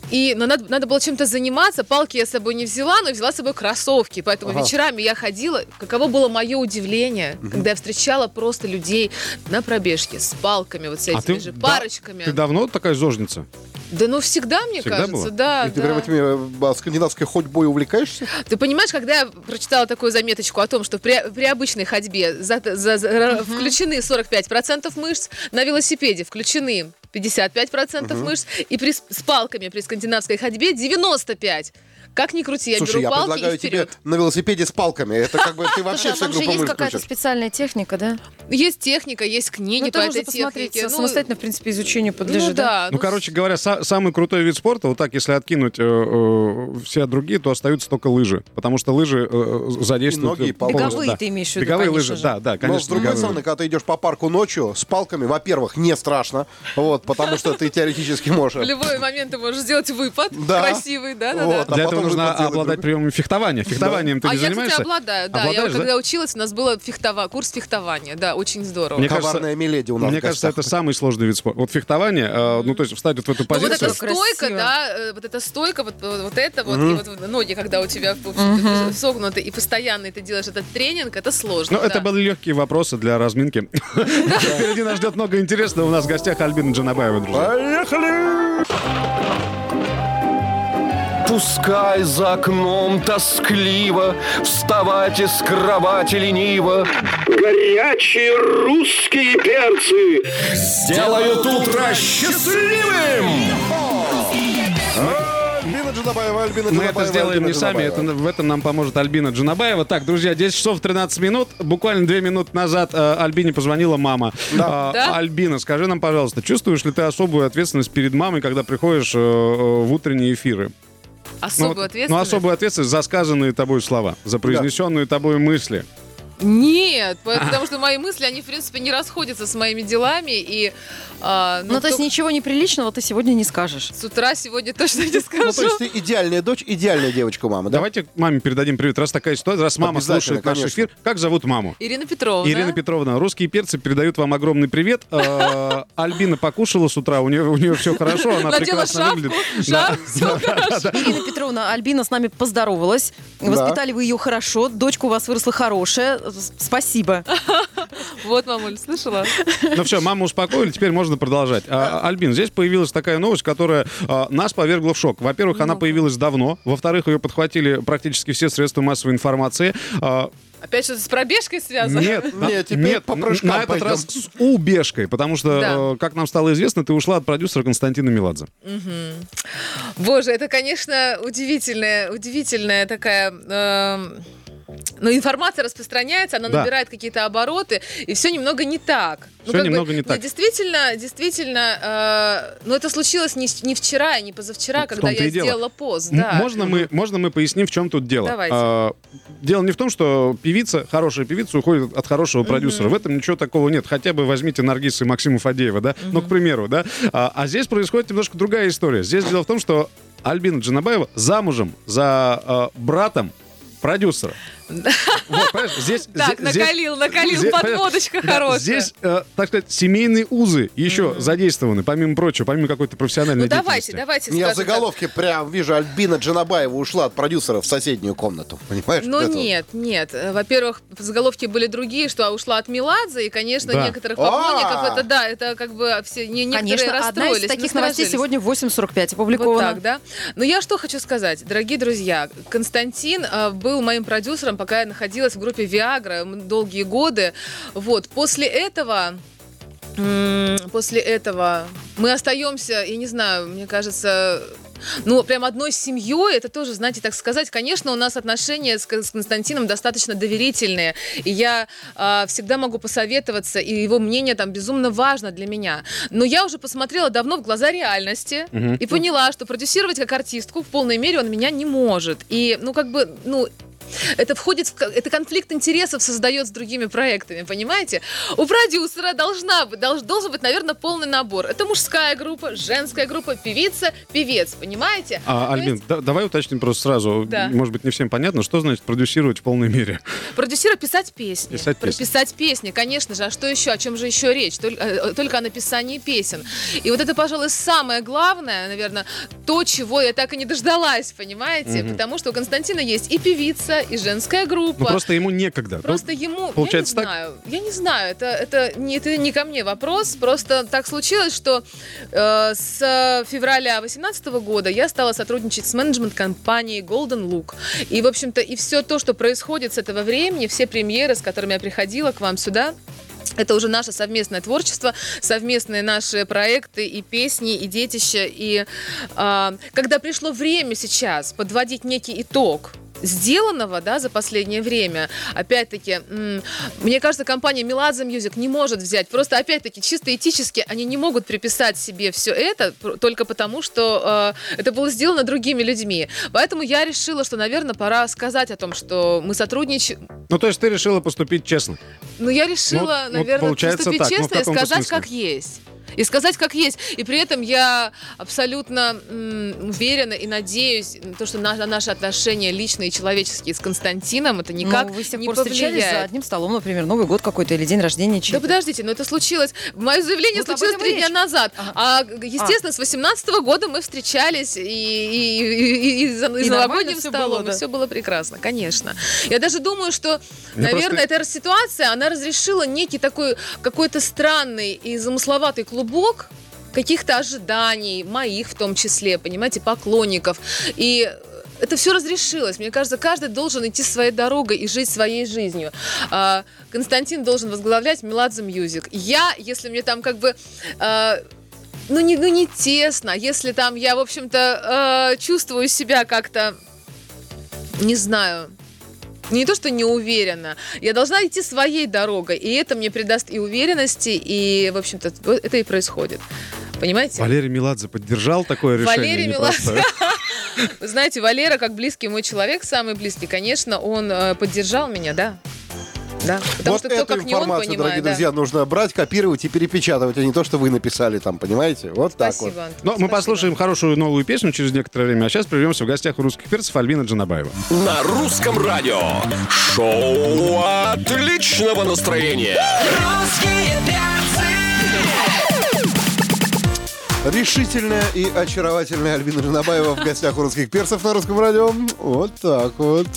B: И но надо, надо было чем-то заниматься. Палки я с собой не взяла, но взяла с собой кроссовки. Поэтому
D: Ага.
B: вечерами я ходила. Каково было мое удивление, когда я встречала просто людей на пробежке с палками, вот с этими
E: А ты
B: же
E: да-
B: парочками.
E: Ты давно такая зожница?
B: Да ну всегда, мне
E: Всегда
B: кажется,
E: была?
B: да.
D: И ты
B: да.
D: прям этими э, скандинавской ходьбой увлекаешься?
B: Ты понимаешь, когда я прочитала такую заметочку о том, что при, при обычной ходьбе за- за- за- ра- включены 45% мышц, на велосипеде включены 55% мышц, и при, с с палками при скандинавской ходьбе 95%. Как ни крути, я
D: Слушай,
B: беру
D: я
B: палки
D: предлагаю
B: и вперед.
D: тебе на велосипеде с палками. Это как бы ты вообще
G: Слушай, а
D: всю
G: там же
D: группу
G: есть
D: мышц
G: какая-то
D: включишь.
G: специальная техника, да?
B: Есть техника, есть книги
G: Ну,
B: по
G: это
B: этой
G: можно посмотреть,
B: технике.
G: самостоятельно, в принципе, изучению
B: ну
G: подлежит. да?
B: да.
E: Ну, короче говоря, са- самый крутой вид спорта, вот так, если откинуть э, э, все другие, то остаются только лыжи. Потому что лыжи э,
D: И
E: задействуют...
D: ноги, и
E: э,
D: полы.
E: полностью,
G: Беговые
E: да.
G: ты имеешь в виду,
E: Беговые
G: конечно
E: лыжи,
G: же.
E: да, да,
D: Но
E: конечно.
D: с другой
E: беговые.
D: стороны, когда ты идешь по парку ночью с палками, во-первых, не страшно, вот, потому что ты теоретически
B: В
D: можешь.
B: любой момент ты можешь сделать выпад.
D: Да.
B: Красивый, да, да,
D: Вот.
B: да.
D: А
E: Для этого
D: потом
E: нужно
D: выпад делать
E: обладать
D: другой.
E: приемами фехтования. Фехтованием ты
B: а
E: не
B: я, кстати,
E: занимаешься?
B: обладаю, да. я
E: Обладаешь,
B: вот, когда училась, у нас был фехтова... курс фехтования, да, очень здорово.
E: Мне кажется-
D: Коварная миледи у нас.
E: Мне
D: в
E: кажется, это
D: гостях.
E: самый сложный вид спорта. Вот фехтование, э, ну, то есть встать вот в эту
B: Ну, вот
E: позицию...
B: эта стойка,
G: Красиво.
B: да, э, вот эта стойка, вот, вот вот это вот, и вот ноги, когда у тебя в общем, ты согнуты, и постоянно ты делаешь этот тренинг, это сложно.
E: Ну, это
B: да.
E: были легкие вопросы для
B: (laughs)
E: разминки. Впереди нас ждет много интересного. У нас в гостях Альбина Джанабаева, друзья.
H: Пускай за окном тоскливо, Вставать из кровати лениво. Горячие русские перцы!
A: Делают утро счастливым!
D: Альбина Джанабаева, Альбина
E: Мы
D: Джанабаева,
E: это сделаем
D: Альбина
E: не сами,
D: Джанабаева.
E: это, в этом нам поможет Альбина Джанабаева. Так, друзья, 10 часов 13 минут. Буквально 2 минуты назад э, Альбине позвонила мама. А,
B: Да.
E: Альбина, скажи нам, пожалуйста, чувствуешь ли ты особую ответственность перед мамой, когда приходишь э, э, в утренние эфиры?
B: Особую
E: вот-
B: ответственность?
E: Ну, особую ответственность за сказанные тобой слова, за произнесенные тобой мысли.
B: Нет, по- потому что мои мысли, они, в принципе, не расходятся с моими делами, и... а,
G: Ну, то есть
B: только
G: ничего неприличного ты сегодня не скажешь.
B: С утра сегодня
E: (laughs)
B: точно не
D: Ну, то
B: скажу.
D: есть ты идеальная дочь, идеальная девочка мамы, да?
E: Давайте маме передадим привет. Раз такая ситуация, раз мама
D: Обязательно,
E: слушает наш
D: конечно.
E: эфир, как зовут маму?
B: Ирина Петровна.
E: Ирина Петровна, русские перцы передают вам огромный привет.
B: (laughs)
E: Э, Альбина покушала с утра, у нее, у нее все хорошо, она
B: Надела
E: прекрасно
B: шапку,
E: выглядит. Да.
B: шарф, все хорошо.
G: Ирина Петровна, Альбина с нами поздоровалась.
D: Да.
G: Воспитали вы ее хорошо. Дочка у вас выросла хорошая. С- Спасибо.
B: Вот,
E: (laughs)
B: мамуль, слышала?
E: Ну все, маму успокоили, теперь можно продолжать. А, Альбин, здесь появилась такая новость, которая а, нас повергла в шок. Во-первых, она появилась давно. Во-вторых, ее подхватили практически все средства массовой информации. А,
B: Опять что-то с пробежкой связано?
E: Нет, на-
D: Не, теперь
E: нет,
D: по
E: на
D: прыжкам
E: на этот
D: пойдем.
E: раз с убежкой, потому что,
B: Да.
E: э, как нам стало известно, ты ушла от продюсера Константина Меладзе.
B: Боже, это, конечно, удивительная, удивительная такая... эм, ну, информация распространяется, она
E: Да.
B: набирает какие-то обороты, и все немного не так.
E: Всё
B: Ну, как бы,
E: немного не
B: нет,
E: так.
B: Действительно, действительно, но это случилось не, с- не вчера и не позавчера,
E: Ну, В
B: когда
E: том-то
B: я
E: и дело.
B: сделала пост.
E: М-
B: Да.
E: Можно мы, можно мы поясним, в чем тут дело?
B: Давайте.
E: А, дело не в том, что певица, хорошая певица, уходит от хорошего продюсера. В этом ничего такого нет. Хотя бы возьмите Наргиса и Максима Фадеева, да? Ну, к примеру, да? А, а здесь происходит немножко другая история. Здесь дело в том, что Альбина Джанабаева замужем за а, братом продюсера. Вот, понимаешь, здесь,
B: (laughs) Так,
E: зе- здесь-
B: накалил, накалил,
E: здесь- (laughs)
B: подводочка
E: да,
B: хорошая.
E: Здесь, э, так сказать, семейные узы еще задействованы, помимо прочего, помимо какой-то профессиональной
B: ну, давайте,
E: деятельности.
B: давайте.
D: Я в
B: скажем так.
D: заголовке прям вижу, Альбина Джанабаева ушла от продюсера в соседнюю комнату. Понимаешь?
B: Ну
D: Вот это вот.
B: нет, нет. Э, Во-первых, заголовки были другие, что «А ушла от Меладзе, и, конечно,
E: Да.
B: некоторых
D: А!
B: поклонников это да, это как бы все не, (laughs) некоторые
G: Конечно, одна
B: расстроились.
G: из таких новостей
B: насторожились.
G: сегодня в 8.45
B: Вот
G: опубликована.
B: так, да. Но я что хочу сказать, дорогие друзья, Константин э, был моим продюсером, пока я находилась в группе Viagra м, долгие годы. Вот после этого. м, После этого мы остаемся, я не знаю, мне кажется, ну, прям одной семьей, это тоже, знаете, так сказать. Конечно, у нас отношения с, Кон- с Константином достаточно доверительные. И я а, всегда могу посоветоваться, и его мнение там безумно важно для меня. Но я уже посмотрела давно в глаза реальности и поняла, что продюсировать как артистку в полной мере он меня не может. И, ну, как бы, ну, это входит в... ко- Это конфликт интересов создает с другими проектами, понимаете? У продюсера должна быть, долж- должен быть, наверное, полный набор. Это мужская группа, женская группа, певица, певец, понимаете?
E: А,
B: То
E: Альбин,
B: есть
E: да- давай уточним просто сразу.
B: Да.
E: Может быть, не всем понятно, что значит продюсировать в полной мере.
B: Продюсировать, писать песни.
E: Писать песни.
B: Прописать песни, конечно же. А что еще? О чем же еще речь? Толь- э, э, Только о написании песен. И вот это, пожалуй, самое главное, наверное, то, чего я так и не дождалась, понимаете? Потому что у Константина есть и певица, и женская
E: Ну,
B: группа.
E: просто ему некогда.
B: Просто ему,
E: Ну, получается
B: я
E: так?
B: не знаю, я не знаю, это, это, не, это не ко мне вопрос, просто так случилось, что э, с февраля 2018 года я стала сотрудничать с менеджмент-компанией Golden Look, и, в общем-то, и все то, что происходит с этого времени, все премьеры, с которыми я приходила к вам сюда, это уже наше совместное творчество, совместные наши проекты и песни, и детища. И а, когда пришло время сейчас подводить некий итог сделанного да, за последнее время, опять-таки, м, мне кажется, компания Меладзе Music не может взять. Просто, опять-таки, чисто этически они не могут приписать себе все это пр- только потому, что э, это было сделано другими людьми. Поэтому я решила, что, наверное, пора сказать о том, что мы сотрудничаем,
E: Ну, то есть ты решила поступить честно.
B: ну, я решила,
E: вот
B: наверное,
E: получается
B: поступить
E: так. Ну, в
B: честно и
E: каком-то
B: сказать,
E: смысле.
B: как есть. И сказать, как есть. И при этом я абсолютно м, уверена и надеюсь, на то, что на, на наши отношения личные и человеческие с Константином это никак
G: Ну, вы с тех
B: не
G: пор встречались за
B: повлияет.
G: одним столом, например, Новый год какой-то или день рождения
B: Да
G: чьи-то.
B: подождите, но это случилось. Мое заявление
G: Вот об
B: случилось
G: этом
B: три
G: и
B: дня
G: Ну, речь.
B: назад.
G: Ага.
B: А, г- естественно, с 18 года мы встречались и, и, и- и- и за и за
G: нормально
B: новогодним
G: всё
B: столом,
G: было, да?
B: и все было прекрасно, конечно. Я даже думаю, что,
E: Я
B: наверное,
E: просто-
B: эта ситуация, она разрешила некий такой какой-то странный и замысловатый клубок каких-то ожиданий, моих в том числе, понимаете, поклонников. И это все разрешилось. Мне кажется, каждый должен идти своей дорогой и жить своей жизнью. А, Константин должен возглавлять Меладзе Мьюзик. Я, если мне там как бы... а, ну не, ну, не тесно, если там я, в общем-то, э, чувствую себя как-то, не знаю, не то, что не уверена, я должна идти своей дорогой, и это мне придаст и уверенности, и, в общем-то, вот это и происходит. Понимаете?
E: Валерий Меладзе поддержал такое решение.
B: Валерий
E: непростое.
B: Вы Знаете, Валера, как близкий мой человек, самый близкий, конечно, он э, поддержал меня, да. Да. Потому
D: вот
B: что
D: эту
B: кто, как не он,
D: информацию,
B: понимает.
D: дорогие
B: да.
D: друзья, нужно брать, копировать и перепечатывать, а не то, что вы написали там, понимаете? Вот так
B: Спасибо,
D: вот. Ну,
B: Антон,
E: Но Ну, мы
B: спасибо.
E: послушаем хорошую новую песню через некоторое время, а сейчас прервемся в гостях у русских перцев Альбина Джанабаева.
A: На русском радио. Шоу отличного настроения.
D: Решительная и очаровательная Альбина Жанабаева в гостях у русских перцев на русском радио. Вот так вот.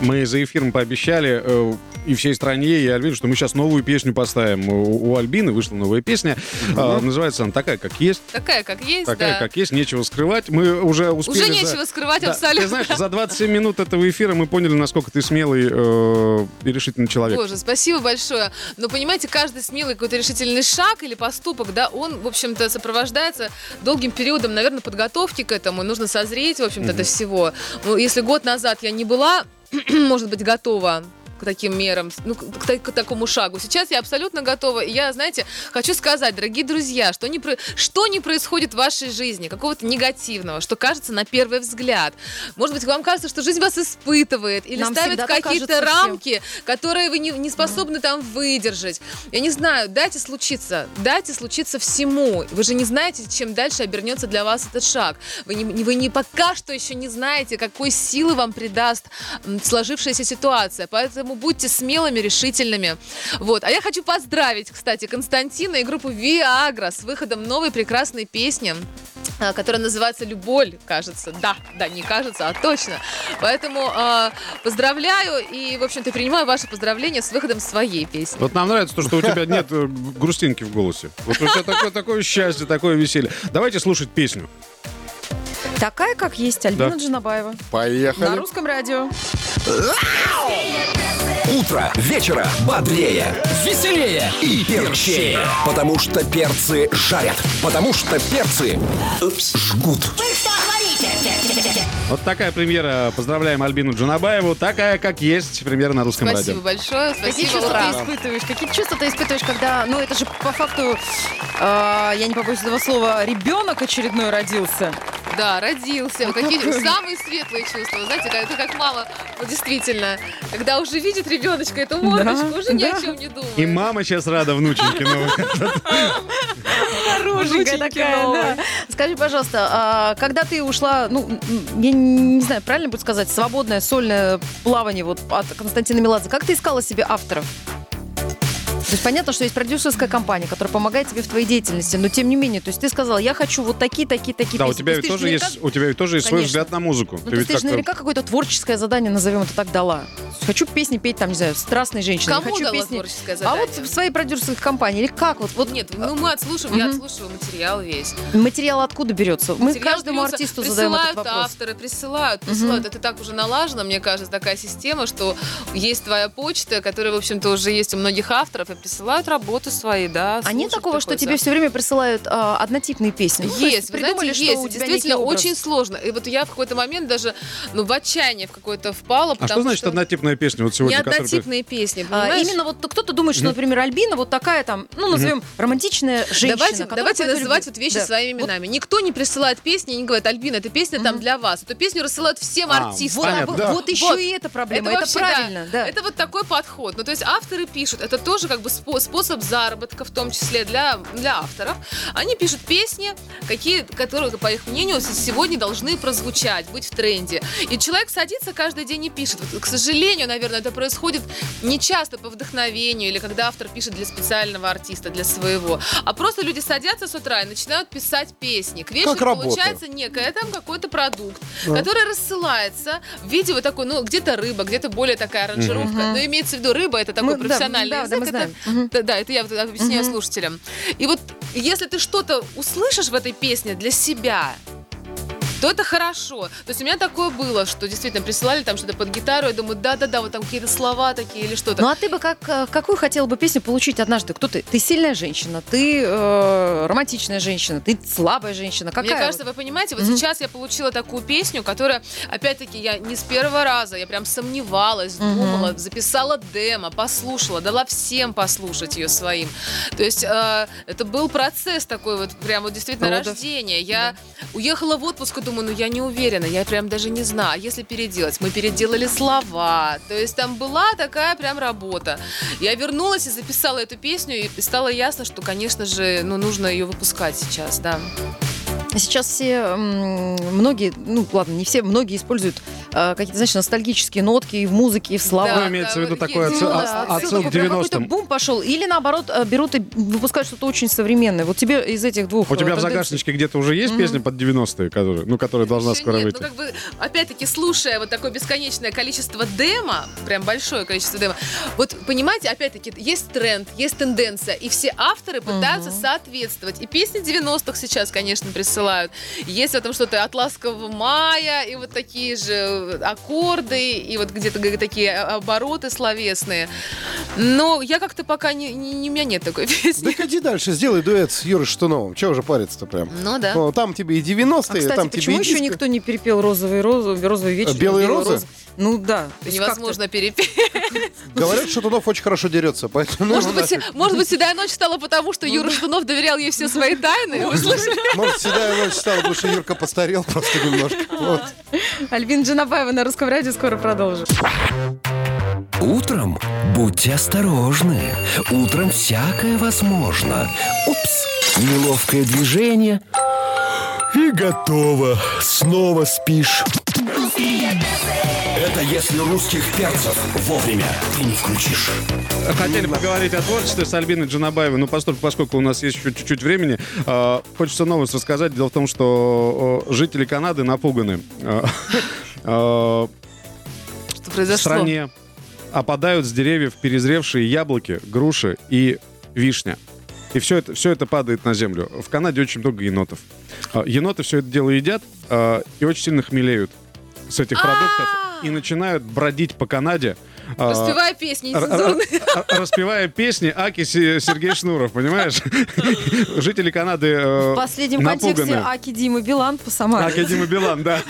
E: Мы за эфиром пообещали э, и всей стране, и Альвину, что мы сейчас новую песню поставим. У, у Альбины вышла новая песня. А, называется она «Такая, как есть».
B: Такая, как есть,
E: Такая,
B: да.
E: как есть, нечего скрывать. Мы уже успели...
B: Уже
E: за-
B: нечего скрывать
E: Да,
B: абсолютно.
E: Ты знаешь, за 27 минут этого эфира мы поняли, насколько ты смелый э, и решительный человек.
B: Боже, спасибо большое. Но понимаете, каждый смелый какой-то решительный шаг или поступок, да, он, в общем-то, сопровождается долгим периодом, наверное, подготовки к этому. Нужно созреть, в общем-то, до всего. Ну, если год назад я не была, (clears throat) может быть, готова к таким мерам, ну, к, к та- к такому шагу. Сейчас я абсолютно готова. И я, знаете, хочу сказать, дорогие друзья, что не, про- что не происходит в вашей жизни, какого-то негативного, что кажется на первый взгляд. Может быть, вам кажется, что жизнь вас испытывает или
G: Нам
B: ставит
G: всегда так
B: какие-то
G: кажется всем.
B: рамки, ошибки, которые вы не, не способны там выдержать. Я не знаю, дайте случиться, дайте случиться всему. Вы же не знаете, чем дальше обернется для вас этот шаг. Вы не, не- вы не пока что еще не знаете, какой силы вам придаст м, сложившаяся ситуация. Поэтому будьте смелыми, решительными. Вот. А я хочу поздравить, кстати, Константина и группу Viagra с выходом новой прекрасной песни а, которая называется «Любовь», кажется. Да, да, не кажется, а точно. Поэтому а, поздравляю и, в общем-то, принимаю ваши поздравления с выходом своей песни.
E: Вот нам нравится то, что у тебя нет э, грустинки в голосе. Вот у тебя такое, такое счастье, такое веселье. Давайте слушать песню.
G: Такая, как есть, Альбина
E: Да.
G: Джанабаева. На
D: Поехали.
G: русском радио.
A: Утро вечера бодрее, веселее и перчее. Потому что перцы жарят. Потому что перцы жгут.
C: Вы что творите?
E: Вот такая премьера. Поздравляем Альбину Джанабаеву. Такая, как есть, премьера на русском радио.
B: Спасибо большое,
G: Какие
B: спасибо,
G: чувства
B: ура.
G: ты испытываешь? Какие чувства ты испытываешь, когда, ну это же по факту, э, я не побоюсь этого слова, ребенок очередной родился.
B: Да, родился. Вот Какие самые светлые чувства. Вы Знаете, когда ты как мама, вот действительно, когда уже видит ребеночка эту мордочку, уже ни о
G: да.
B: чем не думает.
E: И мама сейчас рада ну. внученьке новой.
G: Хорошенькая
B: Внученьки
G: такая,
B: новые.
G: да. Скажи, пожалуйста, а когда ты ушла, ну, м, я не знаю, правильно будет сказать, свободное сольное плавание вот от Константина Меладзе, как ты искала себе авторов? То есть понятно, что есть продюсерская компания, которая помогает тебе в твоей деятельности, но тем не менее, то есть ты сказала, я хочу вот такие, такие, такие.
E: Да, у
G: песни.
E: тебя
G: То
E: ведь
G: есть ты же
E: тоже
G: наверняка-
E: есть, у тебя ведь тоже есть свой
G: Конечно.
E: взгляд на музыку.
G: Ну,
E: Ты
G: ты,
E: ведь
G: ты же
E: как-то-
G: наверняка какое-то творческое задание, назовем это так, дала. Хочу песни петь, там, не знаю, страстной женщины.
B: Кому
G: хочу
B: дала
G: песни.
B: творческое
G: А
B: задание?
G: вот в своей продюсерской компании, или как? Вот, вот
B: Нет, ну мы отслушиваем, я
G: Мгм.
B: отслушиваю материал весь.
G: материал откуда берется? Мы
B: Материал
G: каждому
B: берется,
G: артисту задаем
B: присылают
G: этот вопрос.
B: авторы, присылают, присылают. Это так уже налажено, мне кажется, такая система, что есть твоя почта, которая, в общем-то, уже есть у многих авторов, и присылают работы свои, да.
G: А нет
B: слушать
G: такого,
B: такой
G: что тебе
B: запись.
G: все время присылают а, однотипные песни? Ну, то
B: Есть, вы
G: придумали,
B: знаете,
G: что
B: есть.
G: у
B: И
G: тебя
B: Действительно,
G: некий образ.
B: очень сложно. И вот я в какой-то момент даже ну, в отчаяние в какое-то впала.
E: А
B: потому
E: что значит однотипная песня вот сегодня?
B: Не
E: которую ты-
B: однотипные песни,
G: А,
B: понимаешь?
G: именно вот кто-то думает, что, например, Альбина вот такая там, ну, назовем романтичная женщина.
B: Давайте,
G: которая
B: давайте
G: поет о
B: называть вот
G: любви.
B: вещи
G: Да.
B: своими
G: Вот
B: именами. Никто не присылает песни и не говорит, Альбина, эта песня там для вас. Эту песню рассылают всем
E: А,
B: артистам.
G: Вот, а
E: Понятно,
G: вот-
E: да.
G: вот еще
B: Вот.
G: и эта проблема, это,
B: Это вообще, да.
G: правильно, да.
B: Это вот такой подход. Ну, то есть авторы пишут, это тоже как бы спо- способ заработка, в том числе для, для авторов. Они пишут песни, какие, которые, по их мнению, с- сегодня должны прозвучать, быть в тренде. И человек садится каждый день и пишет. Вот, к сожалению, наверное, это происходит не часто по вдохновению или когда автор пишет для специального артиста, для своего. А просто люди садятся с утра и начинают писать песни. К вечеру
D: Как работа.
B: получается некое там какой-то продукт, который рассылается в виде вот такой, ну, где-то рыба, где-то более такая аранжировка. Но имеется в виду рыба, это такой
G: Мы- да,
B: профессиональный
G: да, да, мы
B: язык.
G: знаем.
B: это, да, да, это я вот объясняю слушателям. И вот если ты что-то услышишь в этой песне для себя, то это хорошо. То есть у меня такое было, что действительно присылали там что-то под гитару, я думаю, да-да-да, вот там какие-то слова такие или что-то.
G: Ну а ты бы как, э, какую хотела бы песню получить однажды? Кто ты? Ты сильная женщина, ты э, романтичная женщина, ты слабая женщина. Какая?
B: Мне кажется, вы понимаете, вот сейчас я получила такую песню, которая, опять-таки, я не с первого раза, я прям сомневалась, думала, записала демо, послушала, дала всем послушать ее своим. То есть э, это был процесс такой вот, прям вот действительно
G: Родов.
B: рождения. Я уехала в отпуск и думаю, ну я не уверена, я прям даже не знаю, а если переделать. Мы переделали слова, то есть там была такая прям работа. Я вернулась и записала эту песню, и стало ясно, что, конечно же, ну нужно ее выпускать сейчас, да.
G: вот? Сейчас все, м, многие, ну ладно, не все, многие используют э, какие-то, знаешь, ностальгические нотки и в музыке, и в словах.
E: Ну, имеется в виду
B: вот
E: такой
B: есть.
E: отсыл-
B: Ну
E: а-
B: да,
E: а- отсыл к
G: такой, прям
E: 90-м.
G: Какой-то бум пошел. Или наоборот, э, берут и выпускают что-то очень современное. Вот тебе из этих двух.
E: У
G: э,
E: тебя в
G: тенденций-
E: загашничке где-то уже есть песня под 90-е, которая, ну, которая должна
B: Ещё
E: скоро
B: нет,
E: выйти?
B: ну как бы, опять-таки, слушая вот такое бесконечное количество демо, прям большое количество демо, вот понимаете, опять-таки, есть тренд, есть тенденция, и все авторы пытаются соответствовать. И песни 90-х сейчас, конечно, присылают. Есть в этом что-то от ласкового мая, и вот такие же аккорды, и вот где-то г- такие обороты словесные. Но я как-то пока не, не- не- у меня нет такой (laughs) песни.
D: Так иди дальше, сделай дуэт с Юрой Штуновым. Чего уже париться-то прям?
B: Ну да.
D: Ну, там тебе и
G: А,
D: 90-е,
G: кстати,
D: там тебе и
G: почему еще
D: диско.
G: никто не перепел розовые розы, розовые вечер?
D: А, «Белые розы»?
G: Ну да. То есть как-то-
B: Невозможно перепеть. (laughs)
D: Говорят, что Штунов очень хорошо дерется, поэтому... ну,
B: Может
D: его
B: быть,
D: нафиг.
B: может быть, седая ночь стала потому, что Юра Штунов доверял ей все свои тайны. Вы слышали?
D: (laughs) Может, седая ночь стала, потому что Юрка постарел просто немножко. Вот.
G: Альбина Джанабаева на русском радио скоро продолжит.
A: Утром будьте осторожны. Утром всякое возможно. Упс. Неловкое движение. И готово. Снова спишь. Это если русских перцев вовремя ты не включишь.
E: Хотели поговорить о творчестве с Альбиной Джанабаевой, но поскольку, поскольку у нас есть еще чуть-чуть времени, э, хочется новость рассказать. Дело в том, что э, жители Канады напуганы. (laughs) Э, э, в
B: Что произошло?
E: стране опадают с деревьев перезревшие яблоки, груши и вишня. И все это, все это падает на землю. В Канаде очень много енотов. Э, Еноты все это дело едят э, и очень сильно хмелеют с этих продуктов и начинают бродить по Канаде. э,
B: Распевая песни
E: Р- р-
B: нецензурные.
E: р- Распевая песни Аки Се- Сергей Шнуров, понимаешь? Жители Канады э,
G: В последнем контексте
E: напуганы.
G: Аки Дима Билан по Самаре.
E: Аки Дима Билан,
B: (laughs)
E: да.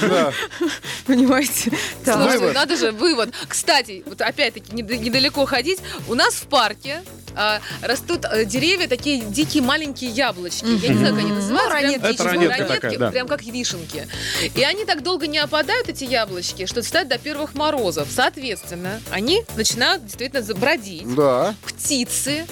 G: Понимаете? Так.
B: Слушайте, надо же, вывод. Кстати, вот опять-таки, нед- недалеко ходить. У нас в парке а, растут э, деревья, такие дикие маленькие яблочки. Я не знаю, как они называются. прям
G: ранетки.
E: Это
B: дичь,
E: ранетка
B: ранетки,
E: такая, да.
B: Прям как вишенки. И они так долго не опадают, эти яблочки, что стоят до первых морозов. Соответственно, они начинают действительно забродить.
D: Да.
B: птицы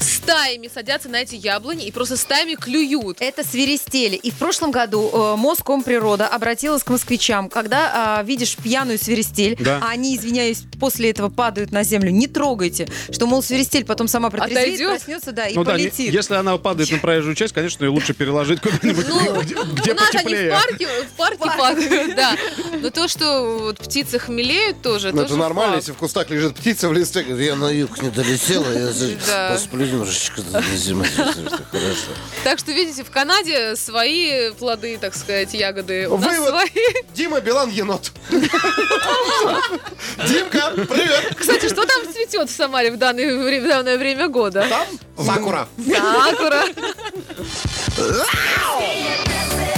B: стаями садятся на эти яблони и просто стаями клюют.
G: Это свиристели. И в прошлом году э, Москомприрода обратилась к москвичам. Когда а, видишь пьяную свиристель,
E: Да.
G: а они, извиняюсь, после этого падают на землю, не трогайте. Что, мол, свиристель потом сама протрезвеет,
B: Отойдет?
G: проснется, да, и
E: Ну да, не-
G: полетит.
E: если она падает на проезжую часть, конечно, ее лучше переложить куда-нибудь,
B: Ну,
E: где-
B: у
E: где
B: нас они в
E: потеплее.
B: парке, в парке падают, да. Но то, что вот птицы хмелеют тоже,
D: Ну,
B: тоже
D: это нормально,
B: факт.
D: если в кустах лежит птица в листе. Говорит, я на юг не долетела, я за-
B: (laughs) Да.
D: посплю немножечко до зимы. Хорошо.
B: Так что, видите, в Канаде свои плоды, так сказать, ягоды. У нас
D: Вывод.
B: свои. (laughs)
D: Дима Билан енот. Димка, привет.
B: Кстати, что там цветет в Самаре в данное, вре- в данное время года?
D: Там Сакура.
B: Сакура.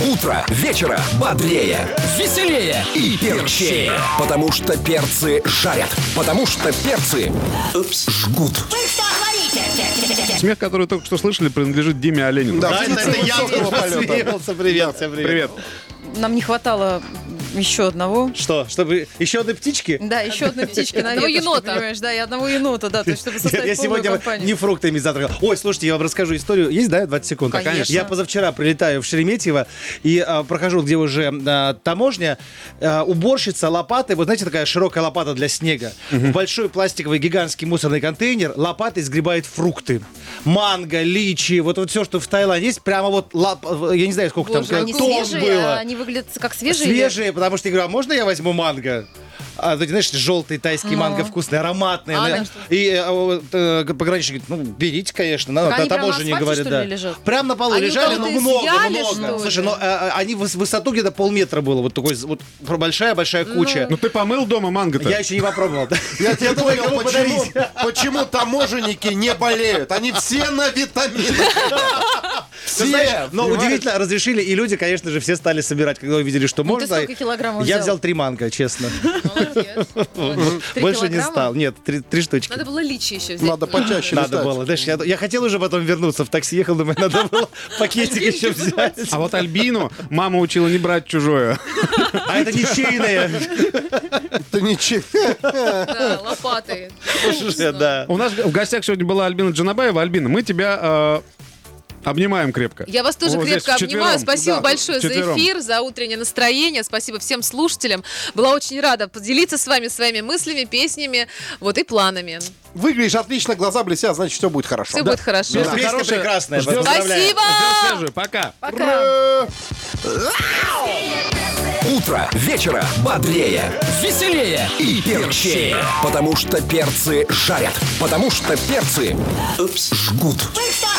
A: Утро вечера бодрее, веселее и перчее. Потому что перцы жарят. Потому что перцы упс, жгут.
C: Вы что творите?
E: Смех, который только что слышали, принадлежит Диме Оленину.
D: Да, птица высокого полета.
I: Привет, привет, всем привет.
E: Привет.
G: Нам не хватало еще одного.
I: Что, чтобы еще одной птички?
G: Да, еще одной птички на
B: Одного
G: веточке,
B: енота.
G: понимаешь, да, и одного енота, да, то есть, чтобы
I: Нет,
G: составить
I: я
G: полную
I: сегодня
G: компанию.
I: не фруктами завтракал. Ой, слушайте, я вам расскажу историю. Есть, да, 20 секунд?
G: Да, конечно.
I: Я позавчера прилетаю в Шереметьево и а, прохожу, где уже а, таможня, а, уборщица лопатой, вот знаете, такая широкая лопата для снега. В большой пластиковый гигантский мусорный контейнер лопатой сгребает фрукты. Манго, личи, вот, вот все, что в Таиланде есть, прямо вот, лап, я не знаю, сколько
G: Боже,
I: там,
G: они
I: тонн
G: свежие,
I: было.
G: а они выглядят как свежие. или-
I: Свежие, потому что я говорю, а можно я возьму манго? А, вот эти, знаешь, желтые
G: А.
I: тайские манго вкусные, ароматные.
B: А,
I: да.
B: да, что?
I: И э, вот, э, пограничник говорит, ну, берите, конечно. На,
G: Так они
I: на
G: прямо на
I: таможне
G: асфальте,
I: говорят,
G: что
I: да.
G: ли, лежат?
I: Прям на полу
B: Они у
I: лежали, но
B: кого-то
I: много,
B: изъяли, что
I: много.
B: ли?
I: Слушай, ну, э, э, они выс- высоту где-то полметра было, вот такой, вот большая-большая куча.
E: Ну ты помыл дома манго-то?
I: Я еще не попробовал.
D: (laughs) Я тебе
I: думал,
D: понял,
I: кому
D: почему,
I: подарить.
D: почему таможенники не болеют. Они все на витаминах.
I: Ты знаешь,
D: Все.
I: но
D: понимаешь?
I: удивительно, разрешили, и люди, конечно же, все стали собирать, когда увидели, что можно.
G: Ну, сколько килограммов
I: Я
G: взял?
I: взял три манго, честно.
B: Молодец.
G: (laughs) Три
I: Больше не
G: килограмма?
I: стал. Нет, три три штучки.
B: Надо было личи еще взять.
D: Надо почаще
I: Надо
D: летать.
I: было. Знаешь, я, я хотел уже потом вернуться в такси, ехал, думаю, (laughs) надо было пакетик еще взять.
E: А вот Альбину мама учила не брать чужое.
I: А это ничейное (laughs)
D: Это ничего.
B: Да, лопатой.
I: уже, да.
E: У нас в гостях сегодня была Альбина Джанабаева. Альбина, мы тебя э, Обнимаем крепко.
B: Я вас тоже
E: Вот здесь
B: крепко
E: вчетвером,
B: обнимаю. Спасибо
E: да,
B: большое
E: вчетвером.
B: за эфир, за утреннее настроение. Спасибо всем слушателям. Была очень рада поделиться с вами своими мыслями, песнями, вот и планами.
D: Выглядишь отлично, глаза блесят, значит, все будет хорошо.
B: Все будет хорошо.
I: Ну, Песня прекрасная.
E: Ждем.
I: поздравляю.
B: Спасибо!
E: Ждем свежую. Пока.
A: Утро вечера бодрее, веселее и перчее. Потому что перцы жарят. Потому что перцы жгут.
C: Вы что,